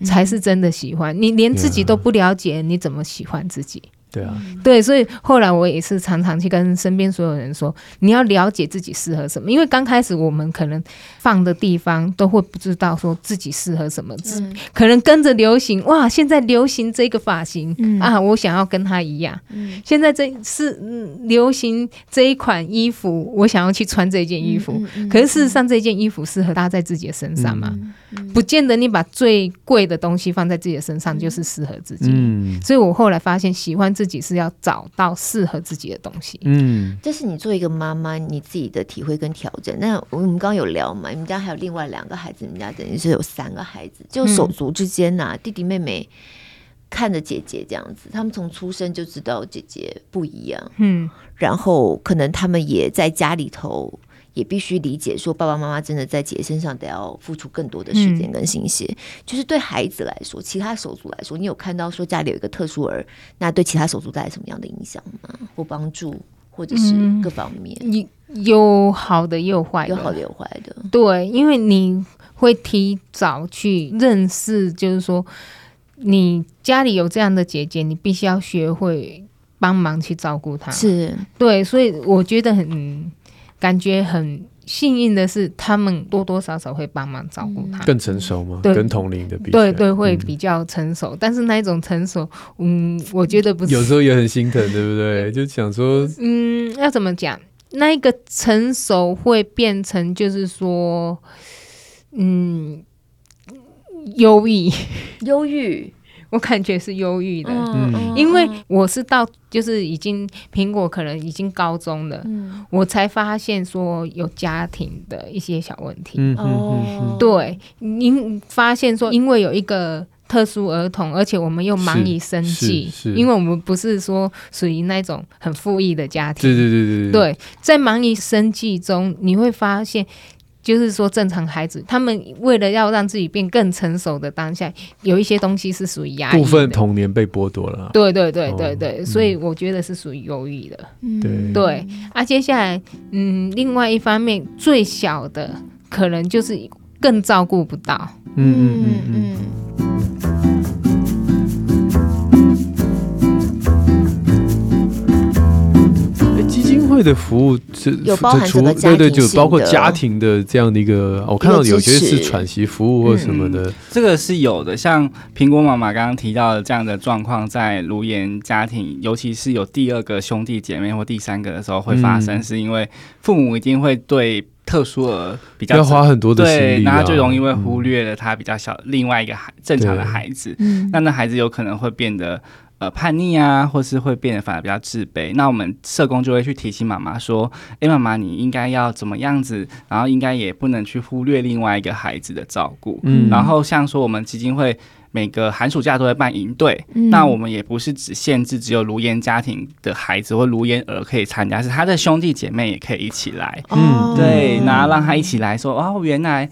E: 嗯，才是真的喜欢。你连自己都不了解，你怎么喜欢自己？
B: 对啊，
E: 对，所以后来我也是常常去跟身边所有人说，你要了解自己适合什么，因为刚开始我们可能放的地方都会不知道说自己适合什么，只
A: 嗯
E: 可能跟着流行，哇，现在流行这个发型、
A: 嗯
E: 啊，我想要跟他一样。
A: 嗯
E: 现在这是、嗯、流行这一款衣服，我想要去穿这件衣服。
A: 嗯嗯嗯嗯
E: 可是事实上，这件衣服适合搭在自己的身上吗？不见得你把最贵的东西放在自己的身上就是适合自己。
B: 嗯
E: 所以我后来发现，喜欢自己是要找到适合自己的东西。
B: 嗯，
A: 这是你作为一个妈妈你自己的体会跟调整。那我们刚刚有聊嘛，你们家还有另外两个孩子，你们家等于是有三个孩子，
E: 嗯
A: 就手足之间呐、弟弟妹妹看着姐姐这样子，他们从出生就知道姐姐不一样，
E: 嗯，
A: 然后可能他们也在家里头。也必须理解，说爸爸妈妈真的在姐姐身上得要付出更多的时间跟心血。就是对孩子来说，其他手足来说，你有看到说家里有一个特殊儿，那对其他手足带来什么样的影响吗？或帮助，或者是
E: 嗯
A: 各方面？
E: 你有好的也有坏的，
A: 有好的有坏的，
E: 对，因为你会提早去认识，就是说你家里有这样的姐姐，你必须要学会帮忙去照顾
A: 啊
E: 她。
A: 是
B: 嗯
E: 对，所以我觉得很嗯感觉很幸运的是，他们多多少少会帮忙照顾她。
A: 嗯
B: 更成熟吗？
E: 对
B: 跟同龄的比起来，
E: 对对，会
B: 嗯
E: 比较成熟，但是那一种成熟，嗯，我觉得不是
B: 有时候也很心疼，对不对？就想说，
E: 嗯，要怎么讲？那一个成熟会变成就是说，嗯，忧郁，
A: 忧郁，
E: 我感觉是忧郁的。
B: 嗯
E: 因为我是到就是已经苹果可能已经高中了，
A: 嗯
E: 我才发现说有家庭的一些小问题。
B: 嗯嗯
A: 哦
B: 嗯，
E: 对，您发现说因为有一个特殊儿童，而且我们又忙于生计
B: 是是，
E: 因为我们不是说属于那种很富裕的家庭，
B: 对对对对，
E: 对，在忙于生计中，你会发现，就是说正常孩子，他们为了要让自己变更成熟的当下，有一些东西是属于压抑的
B: 部分童年被剥夺了。
E: 对对对
B: 哦
E: 对对，
B: 嗯
E: 所以我觉得是属于忧郁的。
A: 嗯
B: 对
E: 对，啊，接下来，嗯，另外一方面，最小的可能就是更照顾不到。
B: 嗯嗯嗯嗯。
A: 嗯，
B: 哎，基金会的服务是
A: 嗯有包含
B: 除
A: 整个家
B: 对对，
A: 庭
B: 就
A: 性
B: 包括
A: 的
B: 家庭的这样的一个，我看到有些
A: 一个
B: 是
A: 支持嗯
B: 喘息服务或什么的，
D: 这个是有的，像苹果妈妈刚刚提到的这样的状况，在卢岩家庭，尤其是有第二个兄弟姐妹或第三个的时候会发生，
B: 嗯
D: 是因为父母一定会对特殊儿比较
B: 要花很多的心
D: 对，
B: 力、
D: 那
B: 啊，
D: 他就容易会忽略了他比较小另外一个孩正常的
B: 对
D: 孩子，
A: 嗯
D: 那那孩子有可能会变得呃叛逆啊，或是会变得反而比较自卑。那我们社工就会去提醒妈妈说：“诶，妈妈，你应该要怎么样子？然后应该也不能去忽略另外一个孩子的照顾。”
B: 嗯，嗯，
D: 然后像说我们基金会每个寒暑假都会办营队，
A: 嗯
D: 那我们也不是只限制只有卢烟家庭的孩子或卢烟儿可以参加，是他的兄弟姐妹也可以一起来。
B: 嗯
A: 哦
D: 对，那让他一起来说，哦，原来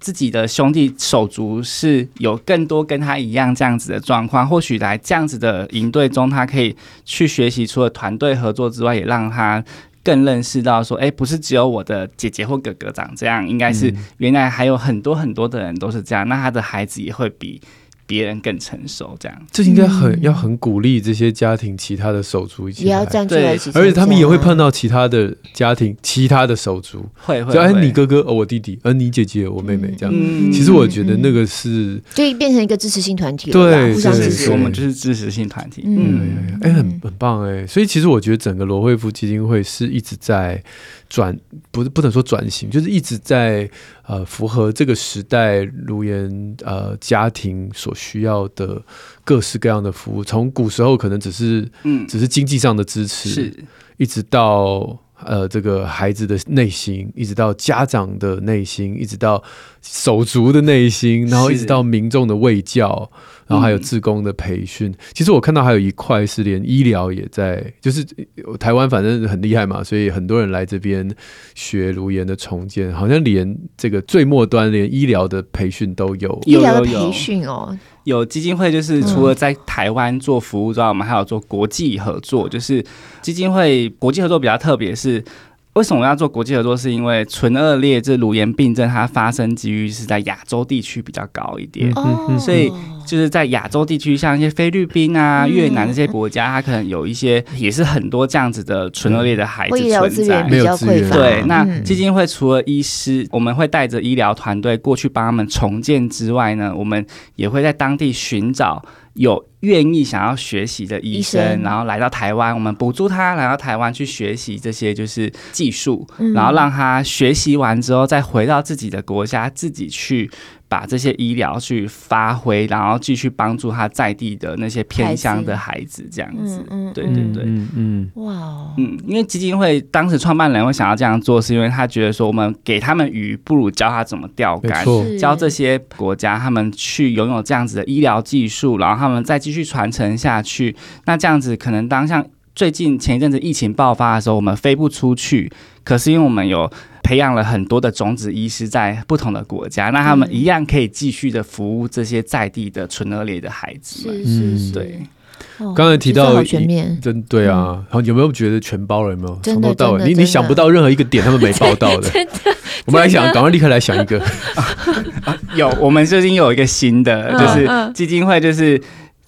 D: 自己的兄弟手足是有更多跟他一样这样子的状况，或许来这样子的营队中，他可以去学习，除了团队合作之外，也让他。更认识到说，哎、不是只有我的姐姐或哥哥长这样，应该
A: 嗯
D: 是原来还有很多很多的人都是这样，那他的孩子也会比别人更成熟，这样。
B: 这应该很、要很鼓励这些家庭其他的手足一起
A: 嗯也要
B: 来
A: 站出来
D: 对
A: 一起参加，啊
B: 而且他们也会碰到其他的家庭、其他的手足，
D: 会会
B: 就哎，
D: 会
B: 你哥哥，哦，我弟弟，呃，你姐姐，我妹妹，这样。
D: 嗯
B: 其实我觉得那个是，
A: 就变成一个支持性团体了啦，
B: 对
A: 互相
B: 对
A: 支
D: 支
A: 持
D: 持，
B: 对
D: 我们就是支持性团体。
A: 嗯
D: 嗯，
B: 哎、很很棒哎、所以其实我觉得整个罗惠夫基金会是一直在转，不是不能说转型，就是一直在呃符合这个时代卢岩呃家庭所需要的各式各样的服务。从古时候可能只是
D: 嗯，
B: 只是经济上的支持，
D: 是
B: 一直到呃这个孩子的内心，一直到家长的内心，一直到手足的内心，然后一直到民众的卫教，然后还有志工的培训。其实我看到还有一块是连医疗也在，就是呃台湾反正很厉害嘛，所以很多人来这边学卢岩的重建，好像连这个最末端连医疗的培训都有。
A: 医
D: 有
A: 疗的
D: 有有
A: 培训哦，
D: 有基金会，就是
A: 嗯
D: 除了在台湾做服务之外，我们还有做国际合作。就是基金会国际合作比较特别，是为什么要做国际合作？是因为唇腭裂这乳炎病症它发生几率是在亚洲地区比较高一点，
B: 嗯嗯
A: 哦，
B: 嗯
D: 所以就是在亚洲地区，像一些菲律宾
A: 嗯
D: 啊、越南这些国家，它可能有一些也是很多这样子的纯恶劣的孩子
A: 或医疗资
D: 存
A: 源
D: 在。
A: 比较
B: 没有资
A: 匮
B: 源
A: 乏。
D: 对，那
A: 嗯
D: 基金会除了医师，我们会带着医疗团队过去帮他们重建之外呢，我们也会在当地寻找有愿意想要学习的医生，
A: 医生
D: 然后来到台湾，我们补助他来到台湾去学习这些就是技术，
A: 嗯
D: 然后让他学习完之后再回到自己的国家，自己去。把这些医疗去发挥，然后继续帮助他在地的那些偏乡的孩子，这样子
A: 嗯。嗯
D: 对
A: 嗯
D: 对对，
B: 嗯嗯
A: 哇哦，
D: 嗯，因为基金会当时创办人会想要这样做，是因为他觉得说我们给他们鱼，不如教他怎么钓
B: 没
D: 竿。
B: 错，
A: 是
D: 教这些国家，他们去拥有这样子的医疗技术，然后他们再继续传承下去。那这样子，可能当像最近前一阵子疫情爆发的时候，我们飞不出去，可是因为我们有培养了很多的种子医师在不同的国家，那他们
A: 嗯
D: 一样可以继续的服务这些在地的纯恶劣的孩子们。
A: 是是
B: 嗯
A: 是，
D: 对
A: 哦，
B: 刚才提
A: 这
B: 到
A: 好全面，
B: 真对啊，然后有没有觉得全包了？有没有
A: 嗯真
B: 从
A: 的
B: 头到尾，
A: 真的
B: 你
A: 真的
B: 你想不到任何一个点他们没报 道的。我们来想，赶快立刻来想一个。
D: 有，我们最近有一个新的，
E: 嗯
D: 就是
E: 嗯
D: 基金会，就是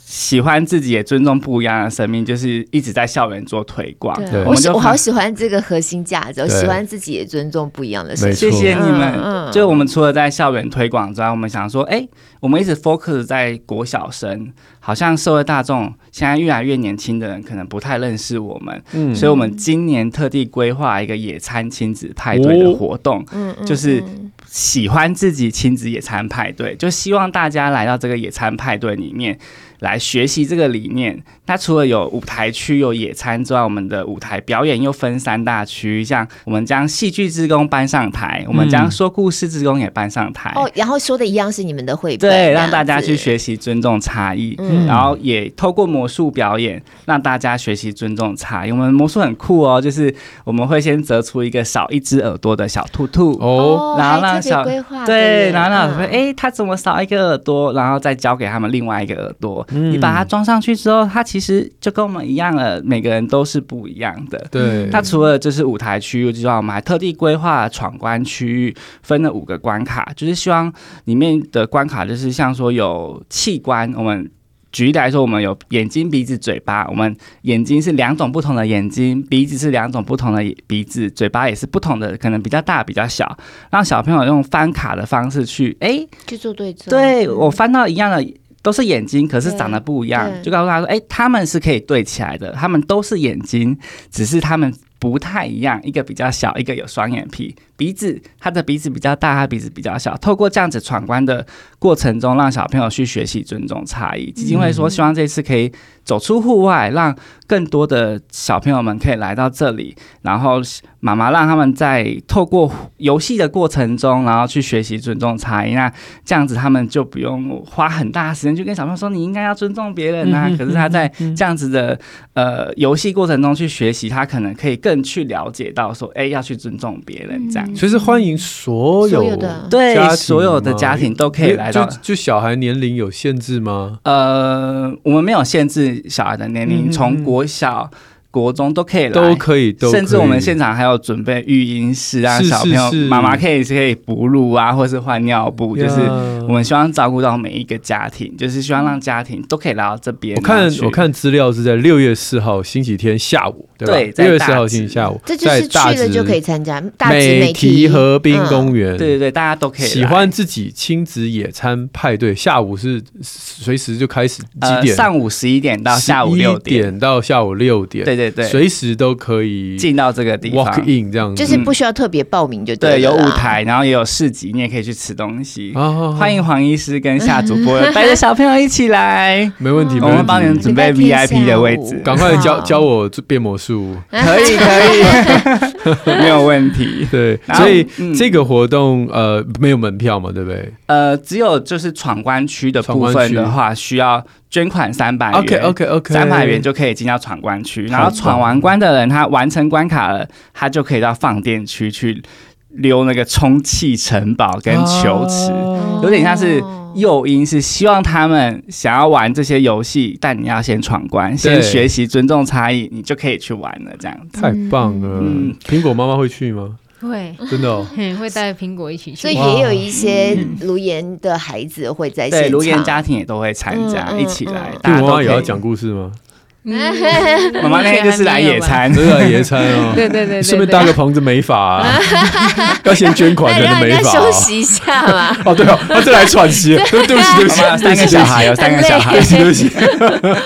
D: 喜欢自己也尊重不一样的生命，就是一直在校园做推广。
B: 对
A: 我
D: 们
A: 喜
D: 就
A: 我
D: 发
A: 好喜欢这个核心价值，我
B: 对
A: 喜欢自己也尊重不一样的事
B: 没
A: 情。
B: 错
D: 谢谢你
A: 嗯嗯
D: 们。就我们除了在校园推广之外，我们想说，哎，我们一直 focus 在国小生，好像社会大众现在越来越年轻的人可能不太认识我们，
B: 嗯
D: 所以我们今年特地规划一个野餐亲子派对的
B: 哦
D: 活动，
A: 嗯，嗯
D: 就是
A: 嗯
D: 喜欢自己亲子野餐派对，就希望大家来到这个野餐派对里面来学习这个理念。那除了有舞台区有野餐之外，我们的舞台表演又分三大区，像我们将戏剧之工搬上台，我们将说故事之工也搬上台，
A: 哦，然后说的一样是你们的绘本，
D: 哎
A: 这
D: 对，
A: 样
D: 让大家
A: 子
D: 去。学习尊重差异。
A: 嗯
D: 然后也透过魔术表演，让大家学习尊重差异。我们魔术很酷哦，就是我们会先折出一个少一只耳朵的小兔兔，
B: 哦，
D: 然后让
A: 还特别
D: 小
A: 规划
D: 对，
A: 耶
D: 然后让小朋友
A: 嗯
D: 哎，他怎么少一个耳朵，然后再交给他们另外一个耳朵。你把它装上去之后，它其实就跟我们一样了，每个人都是不一样的。
B: 对，
D: 那除了就是舞台区域之外，我们还特地规划了闯关区域，分了五个关卡，就是希望里面的关卡就是像说有器官，我们。举例来说，我们有眼睛、鼻子、嘴巴。我们眼睛是两种不同的眼睛，鼻子是两种不同的鼻子，嘴巴也是不同的，可能比较大、比较小，让小朋友用翻卡的方式去，哎、
A: 去做对照。嗯
D: 对我翻到一样的都是眼睛，可是长得不一样
A: 对，
D: 就告诉他说，哎、他们是可以对起来的，他们都是眼睛，只是他们不太一样，一个比较小，一个有双眼皮，鼻子他的鼻子比较大，他鼻子比较小。透过这样子闯关的过程中，让小朋友去学习尊重差异。基金会
A: 嗯
D: 说，希望这次可以走出户外，让更多的小朋友们可以来到这里，然后妈妈让他们在透过游戏的过程中，然后去学习尊重差异。那这样子他们就不用花很大的时间去跟小朋友说你应该要尊重别人
B: 嗯
D: 啊。可是他在这样子的呃游戏过程中去学习，他可能可以更去了解到说，哎、要去尊重别人这样。
B: 所以是欢迎所
A: 所
B: 有
A: 有的
D: 对
B: 家庭，
D: 所有的家庭都可以来到
B: 就。就小孩年龄有限制吗？
D: 呃，我们没有限制小孩的年
B: 嗯嗯
D: 龄，
B: 嗯
D: 从国小、国中都可以来，
B: 都可以，都可以
D: 甚至我们现场还有准备育婴室啊，
B: 是
D: 小朋友
B: 是是
D: 妈妈可以可以哺乳啊，或是换尿布，就是
B: 呀
D: 我们希望照顾到每一个家庭，就是希望让家庭都可以来到这边。
B: 我看
D: 然后去
B: 我看资料是在六月四号星期天下午，
D: 对
B: 对吧？
D: 在
B: 六月
D: 大
B: 四号
D: 直
B: 星期下午，
A: 这就是去
B: 在大
A: 了就
B: 直
A: 可以参加大直
B: 美
A: 体嗯
B: 堤河滨公
A: 园。
B: 园，
D: 嗯对对对，大家都可以来
B: 喜欢自己亲子野餐派对，下午是随时就开始几
D: 呃
B: 点？
D: 上午十一点到下午
B: 11
D: 六
B: 点，到下午六点，
D: 对对对，
B: 随时都可以
D: 进到这个地方
B: walk in 这样子，
A: 就是不需要特别报名就
D: 嗯对，
A: 了
D: 有
A: 啦
D: 舞，台，然后也有市集，你也可以去吃东西。
B: 啊，
D: 欢迎黄医师跟夏主 播带着小朋友一起来，
B: 没问题，
D: 我
B: 没
D: 们帮你
B: 问
D: 们
B: 题，
D: 准备
A: 礼拜
D: VIP
A: 天
D: 的
A: 下午
D: 位置，
B: 赶快教
A: 好
B: 教我做变魔术，
D: 可以可以， 没有问题。
B: 对，
D: 然后
B: 所以
D: 嗯
B: 这个活动呃没有门票嘛，对不对
D: 呃，只有就是闯关区的部分的话，需要捐款三百元。
B: ？OK OK OK，
D: 三百元就可以进到闯关区，
B: 好
D: 然后闯完关的人，他完成关卡了，他就可以到放电区去溜那个充气城堡跟球池，
B: 啊
D: 有点像是诱因，是希望他们想要玩这些游戏，但你要先闯关，先学习尊重差异，你就可以去玩了，这样子。
B: 太棒了
D: 嗯！
B: 苹果妈妈会去吗？
E: 会，
B: 真的哦，
E: 嘿，会带苹果一起去。
A: 所以也有一些卢岩的孩子会在现
D: 对，
A: 场。
D: 卢岩家庭也都会参加，
A: 嗯嗯
D: 一起来
A: 嗯。
B: 你
D: 大家
B: 妈
D: 都
B: 妈
D: 可以
B: 也要讲故事吗？
D: 妈妈那天就是来野餐，
B: 真的野餐 哦，
E: 对对对对对
B: 顺便搭个棚子美发啊，要先捐款
A: 那
B: 才能
A: 让
B: 美
D: 啊
A: 人家
B: 发
A: 休
B: 哦。
A: 息一下 嘛。
B: 哦，对哦，他再来 喘息，
A: 啊
B: 对对不 起，对不
D: 妈
B: 起
D: 妈，有三个小孩，有三个小 孩
A: 很，累
B: 对不起。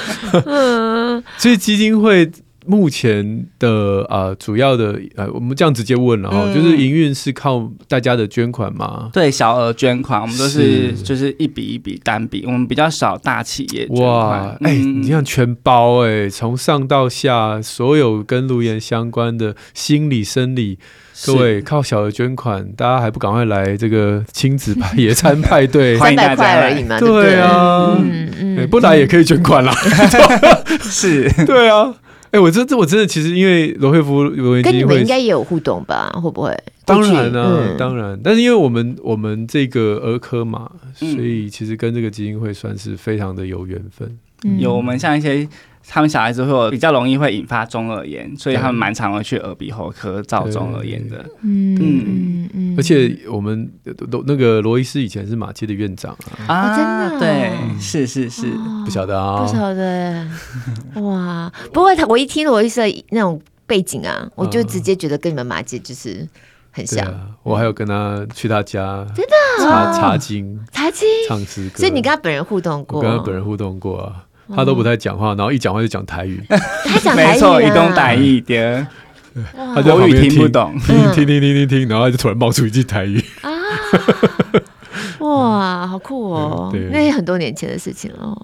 A: 嗯，
B: 所以基金会目前的呃主要的呃，我们这样直接问了哈、
D: 嗯
B: 就是营运是靠大家的捐款吗？
D: 对小额捐款，我们都是
B: 是
D: 就是一笔一笔单笔，我们比较少大企业捐款
B: 哇，。哎、
D: 嗯
B: 你这样全包哎、从上到下所有跟卢岩相关的心理、生理，各位，靠小额捐款，大家还不赶快来这个亲子派野餐 派对？
D: 欢
A: 三百
D: 迎大家
A: 块而
D: 来
A: 已嘛，不
B: 对
A: 对？
B: 啊，
A: 嗯
B: 哎
A: 嗯，
B: 不来也可以捐款 啦。
D: 是是
B: 对啊，哎、我这这我真的其实因为罗惠夫罗岩基
A: 跟你
B: 金
A: 们
B: 会
A: 应该也有互动吧？会不会？
B: 当然啦、
A: 过去嗯
B: 当然，但是因为我们我们这个儿科嘛，所
D: 嗯
B: 以其实跟这个基金会算是非常的有缘分。
A: 嗯
D: 有我们像一些。他们小孩子会有比较容易会引发中耳炎，所以他们蛮常会去耳鼻喉科照中耳炎的。
A: 嗯
D: 嗯
A: 嗯
B: 而且我们呃都那个罗医师以前是马街的院长啊，
A: 哦真的哦
D: 对，是是是，
B: 不晓得啊
A: 哦不，晓得，哇！不过他我一听罗伊斯的那种背景啊，我就直接觉得跟你们马姐就是很
B: 对
A: 像
B: 啊，我还有跟他去他家，真的查查经、
A: 茶几，
B: 唱诗歌，
A: 所以你跟他本人互动
B: 我
A: 过，哦
B: 跟他本人互动过啊。他都不太讲话，然后一讲话就讲台语，
A: 他讲台语、啊，
D: 没错，移动歹意的
A: 哇
B: 他在
D: 国
B: 旁边
D: 语
B: 听
D: 听不懂，
B: 听听听听听听，然后他就突然冒出一句台语。
A: 啊，哇，好酷哦！
B: 嗯对对
A: 那也很多年前的事情了哦。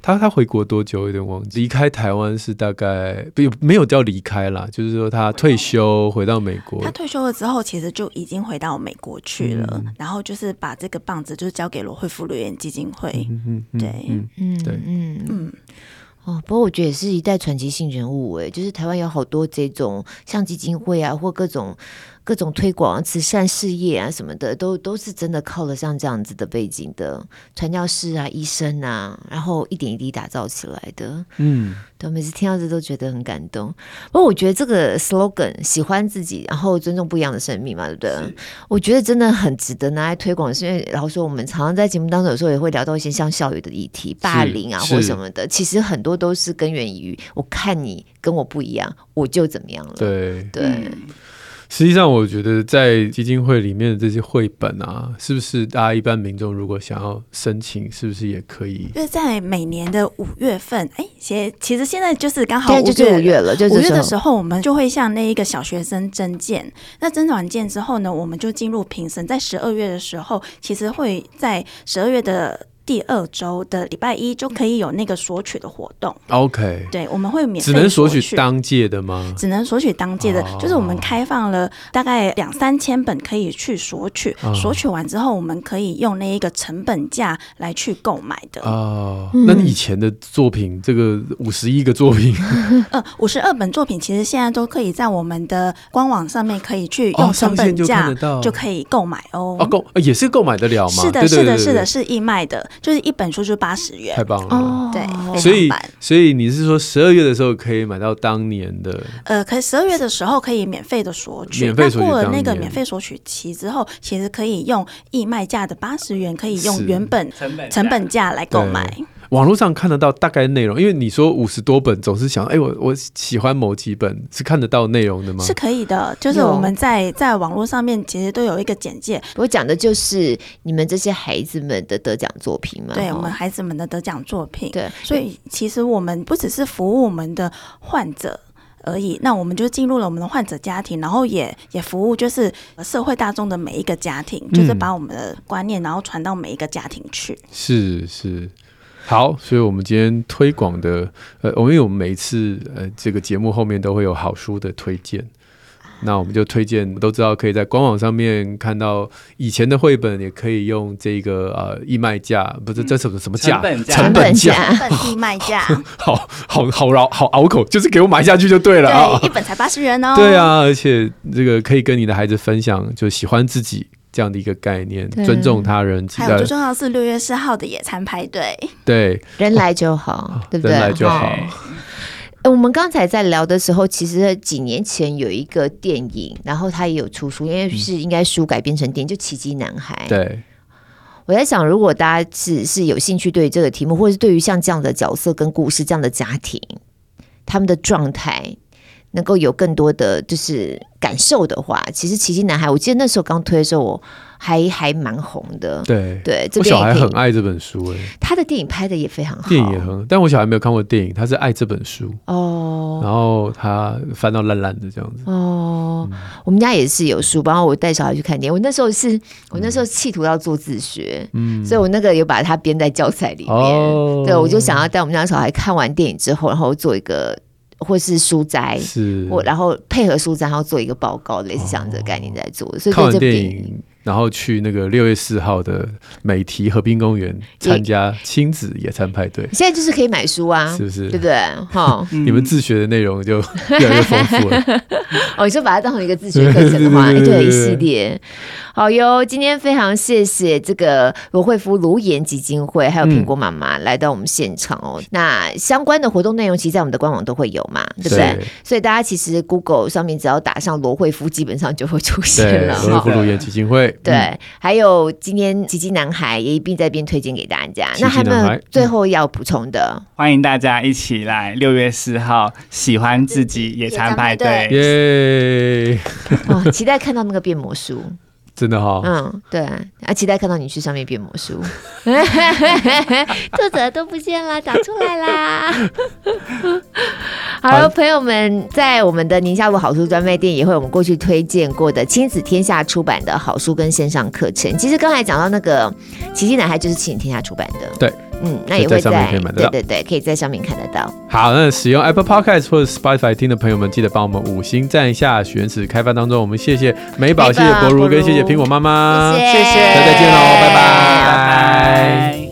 B: 他他回国多久？有点忘记。离开台湾是大概不没有叫离开啦，就是说他退休回到美国
F: 他。退休了之后，其实就已经回到美国去了，
B: 嗯
F: 然后就是把这个棒子就是交给罗惠夫留言基金会。
B: 嗯嗯嗯
F: 对
B: 嗯
A: 嗯，
B: 对
A: 嗯。
F: 嗯，
A: 哦，不过我觉得也是一代传奇性人物哎，就是台湾有好多这种像基金会啊，或各种各种推广啊慈善事业啊什么的，都都是真的靠了像这样子的背景的传教士啊、医生啊，然后一点一滴打造起来的。
B: 嗯，
A: 对，每次听到这都觉得很感动。不过我觉得这个 slogan“ 喜欢自己，然后尊重不一样的生命”嘛，对不对？我觉得真的很值得拿来推广，是因为老实说我们常常在节目当中有时候也会聊到一些像校园的议题、霸凌啊
B: 是
A: 或什么的，其实很多都是根源于我看你跟我不一样，我就怎么样了。
F: 嗯
B: 对。
A: 对，
B: 实际上，我觉得在基金会里面的这些绘本啊，是不是大家一般民众如果想要申请，是不是也可以？
F: 因为在每年的五月份，哎，现其实现在就是刚好
A: 现在就是五
F: 五月
A: 月了，就
F: 五
A: 是
F: 月的时
A: 说
F: 候，我们就会向那一个小学生征件。那征完件之后呢，我们就进入评审。在十二月的时候，其实会在十二月的第二周的礼拜一就可以有那个索取的活动。
B: OK，
F: 对，我们会免费
B: 只能索
F: 索
B: 取当届的吗？
F: 只能索取当届的，
B: 哦
F: 就是我们开放了大概两三千本可以去索取，
B: 哦
F: 索取完之后，我们可以用那一个成本价来去购买的。
B: 哦，
F: 嗯
B: 那你以前的作品，这个五十一个作品，
F: 呃，五十二本作品其实现在都可以在我们的官网上面可以去
B: 哦，
F: 用成
B: 上线
F: 本
B: 就
F: 价、
B: 看得到，
F: 就可以购买哦。
B: 哦，购呃也是购买得了吗？
F: 是的，
B: 对对
F: 是的，
B: 对对
F: 是的，
B: 对
F: 是义卖的，就是一本书就八十元
B: 太。棒了。
A: 哦，
F: 对，非
B: 所以
F: 常版，
B: 所以你是说十二月的时候可以买到当年的？
F: 呃，可十二月的时候可以免费的索取，
B: 免费
F: 那
B: 索取
F: 过了
B: 当
F: 那个
B: 年
F: 免费索取期之后，其实可以用义卖价的八十元，可以
B: 是
F: 用原本
D: 成本
F: 成本价来购买。
B: 网络上看得到大概内容，因为你说五十多本，总是想，哎，我我喜欢某几本，是看得到内容的吗？
F: 是可以的，就是
A: 有
F: 我们在在网络上面其实都有一个简介，
A: 我讲的就是你们这些孩子们的得奖作品嘛。
F: 对
A: 哦
F: 我们孩子们的得奖作品。
A: 对，
F: 所以其实我们不只是服务我们的患者而已，那我们就进入了我们的患者家庭，然后也也服务就是社会大众的每一个家庭，
B: 嗯
F: 就是把我们的观念然后传到每一个家庭去。
B: 是是。好，所以我们今天推广的，呃，因为我们每一次呃这个节目后面都会有好书的推荐，那我们就推荐，我们都知道可以在官网上面看到以前的绘本，也可以用这个呃义卖价，不是这什么什么价，
D: 成本价
B: 成
A: 成本
B: 本价，
A: 价
F: 本地卖价，
B: 好好好绕好拗口，就是给我买下去就 对了啊
F: 对，一。本才八十元哦。
B: 对，啊，而且这个可以跟你的孩子分享，就喜欢自己这样的一个概念，
A: 对
B: 尊重他人，期
F: 还有
B: 待
F: 最重要的是六月四号的野餐派对，
B: 对
A: 啊人来就好，对不对？
B: 人来就好
A: 哦。哎，我们刚才在聊的时候，其实几年前有一个电影，然后它也有出书，因为是应该书改编成电影，就《奇迹男孩》。
B: 对，
A: 我在想，如果大家是是有兴趣对于这个题目，或者是对于像这样的角色跟故事、这样的家庭，他们的状态能够有更多的就是感受的话，其实《奇迹男孩》，我记得那时候刚推的时候，我还还蛮红的。
B: 对，
A: 对，这
B: 我
A: 边
B: 小孩
A: 也可
B: 很
A: 以。
B: 爱这本书、欸，哎，
A: 他的电影拍的也非常好，
B: 电影也很，但我小孩没有看过电影，他是爱这本书，
A: 哦
B: 然后他翻到烂烂的这样子。
A: 哦，我们家也是有书，然后我带小孩去看电影。我那时候是我那时候企图要做自学，
B: 嗯，
A: 所以我那个有把它编在教材里面。
B: 哦
A: 对，我就想要带我们家小孩看完电影之后，然后做一个或是书斋，
B: 是
A: 我然后配合书斋，然后做一个报告，类似这样子的概念在做。所以
B: 哦
A: 对
B: 看完
A: 这部
B: 电
A: 电影
B: 影，然后去那个六月四号的美堤河滨公园参加亲子野餐派对，
A: 现在就是可以买书啊，
B: 是不是
A: 对不对？ 哈，
D: 嗯
B: 你们自学的内容就 越来越丰富 了。
A: 哦，你就把它当成一个自学课程的话，
B: 对
A: 一
B: 对对
A: 对一
B: 对
A: 系列。好哟，今天非常谢谢这个罗惠夫卢岩基金会还有
B: 嗯
A: 苹果妈妈来到我们现场哦。那相关的活动内容，其实在我们的官网都会有嘛，对不对？
B: 对
A: 所以大家其实 Google 上面只要打上罗惠夫，基本上就会出现
B: 对，
A: 了
B: 罗瑞
A: 哈
B: 福。路演基金会，
A: 对，
B: 嗯
A: 还有今天奇迹男孩也一并在这边推荐给大家。
B: 奇迹
A: 那还有没
B: 男
A: 有
B: 孩
A: 最后要补充的？
D: 欢迎大家一起来六月四号喜欢自己野餐派
F: 野餐派
D: 对，
B: 嗯耶，
A: 哦，期待看到那个变魔术。
B: 真的哈，
A: 嗯，对啊，期待看到你去上面变魔 术。 作者都不见了，长出来 啦！好了，
B: 好
A: 朋友们，在我们的宁夏路好书专卖店也会有我们过去推荐过的亲子天下出版的好书跟线上课程。其实刚才讲到那个《奇迹男孩》就是亲子天下出版的，
B: 对，
A: 嗯，那也会
B: 在上面可以买得
A: 对
B: 到
A: 对对，可以在上面看得到。
B: 好，那使用 Apple Podcast 或者 Spotify 听的朋友们，记得帮我们五星赞一下。许愿池开发当中，我们谢谢美宝，
A: 美宝
B: 谢谢博
A: 博
B: 如，
A: 如
B: 啊跟谢谢苹果妈妈，
A: 谢
D: 谢谢，
B: 大家再见喽，拜拜
D: 拜拜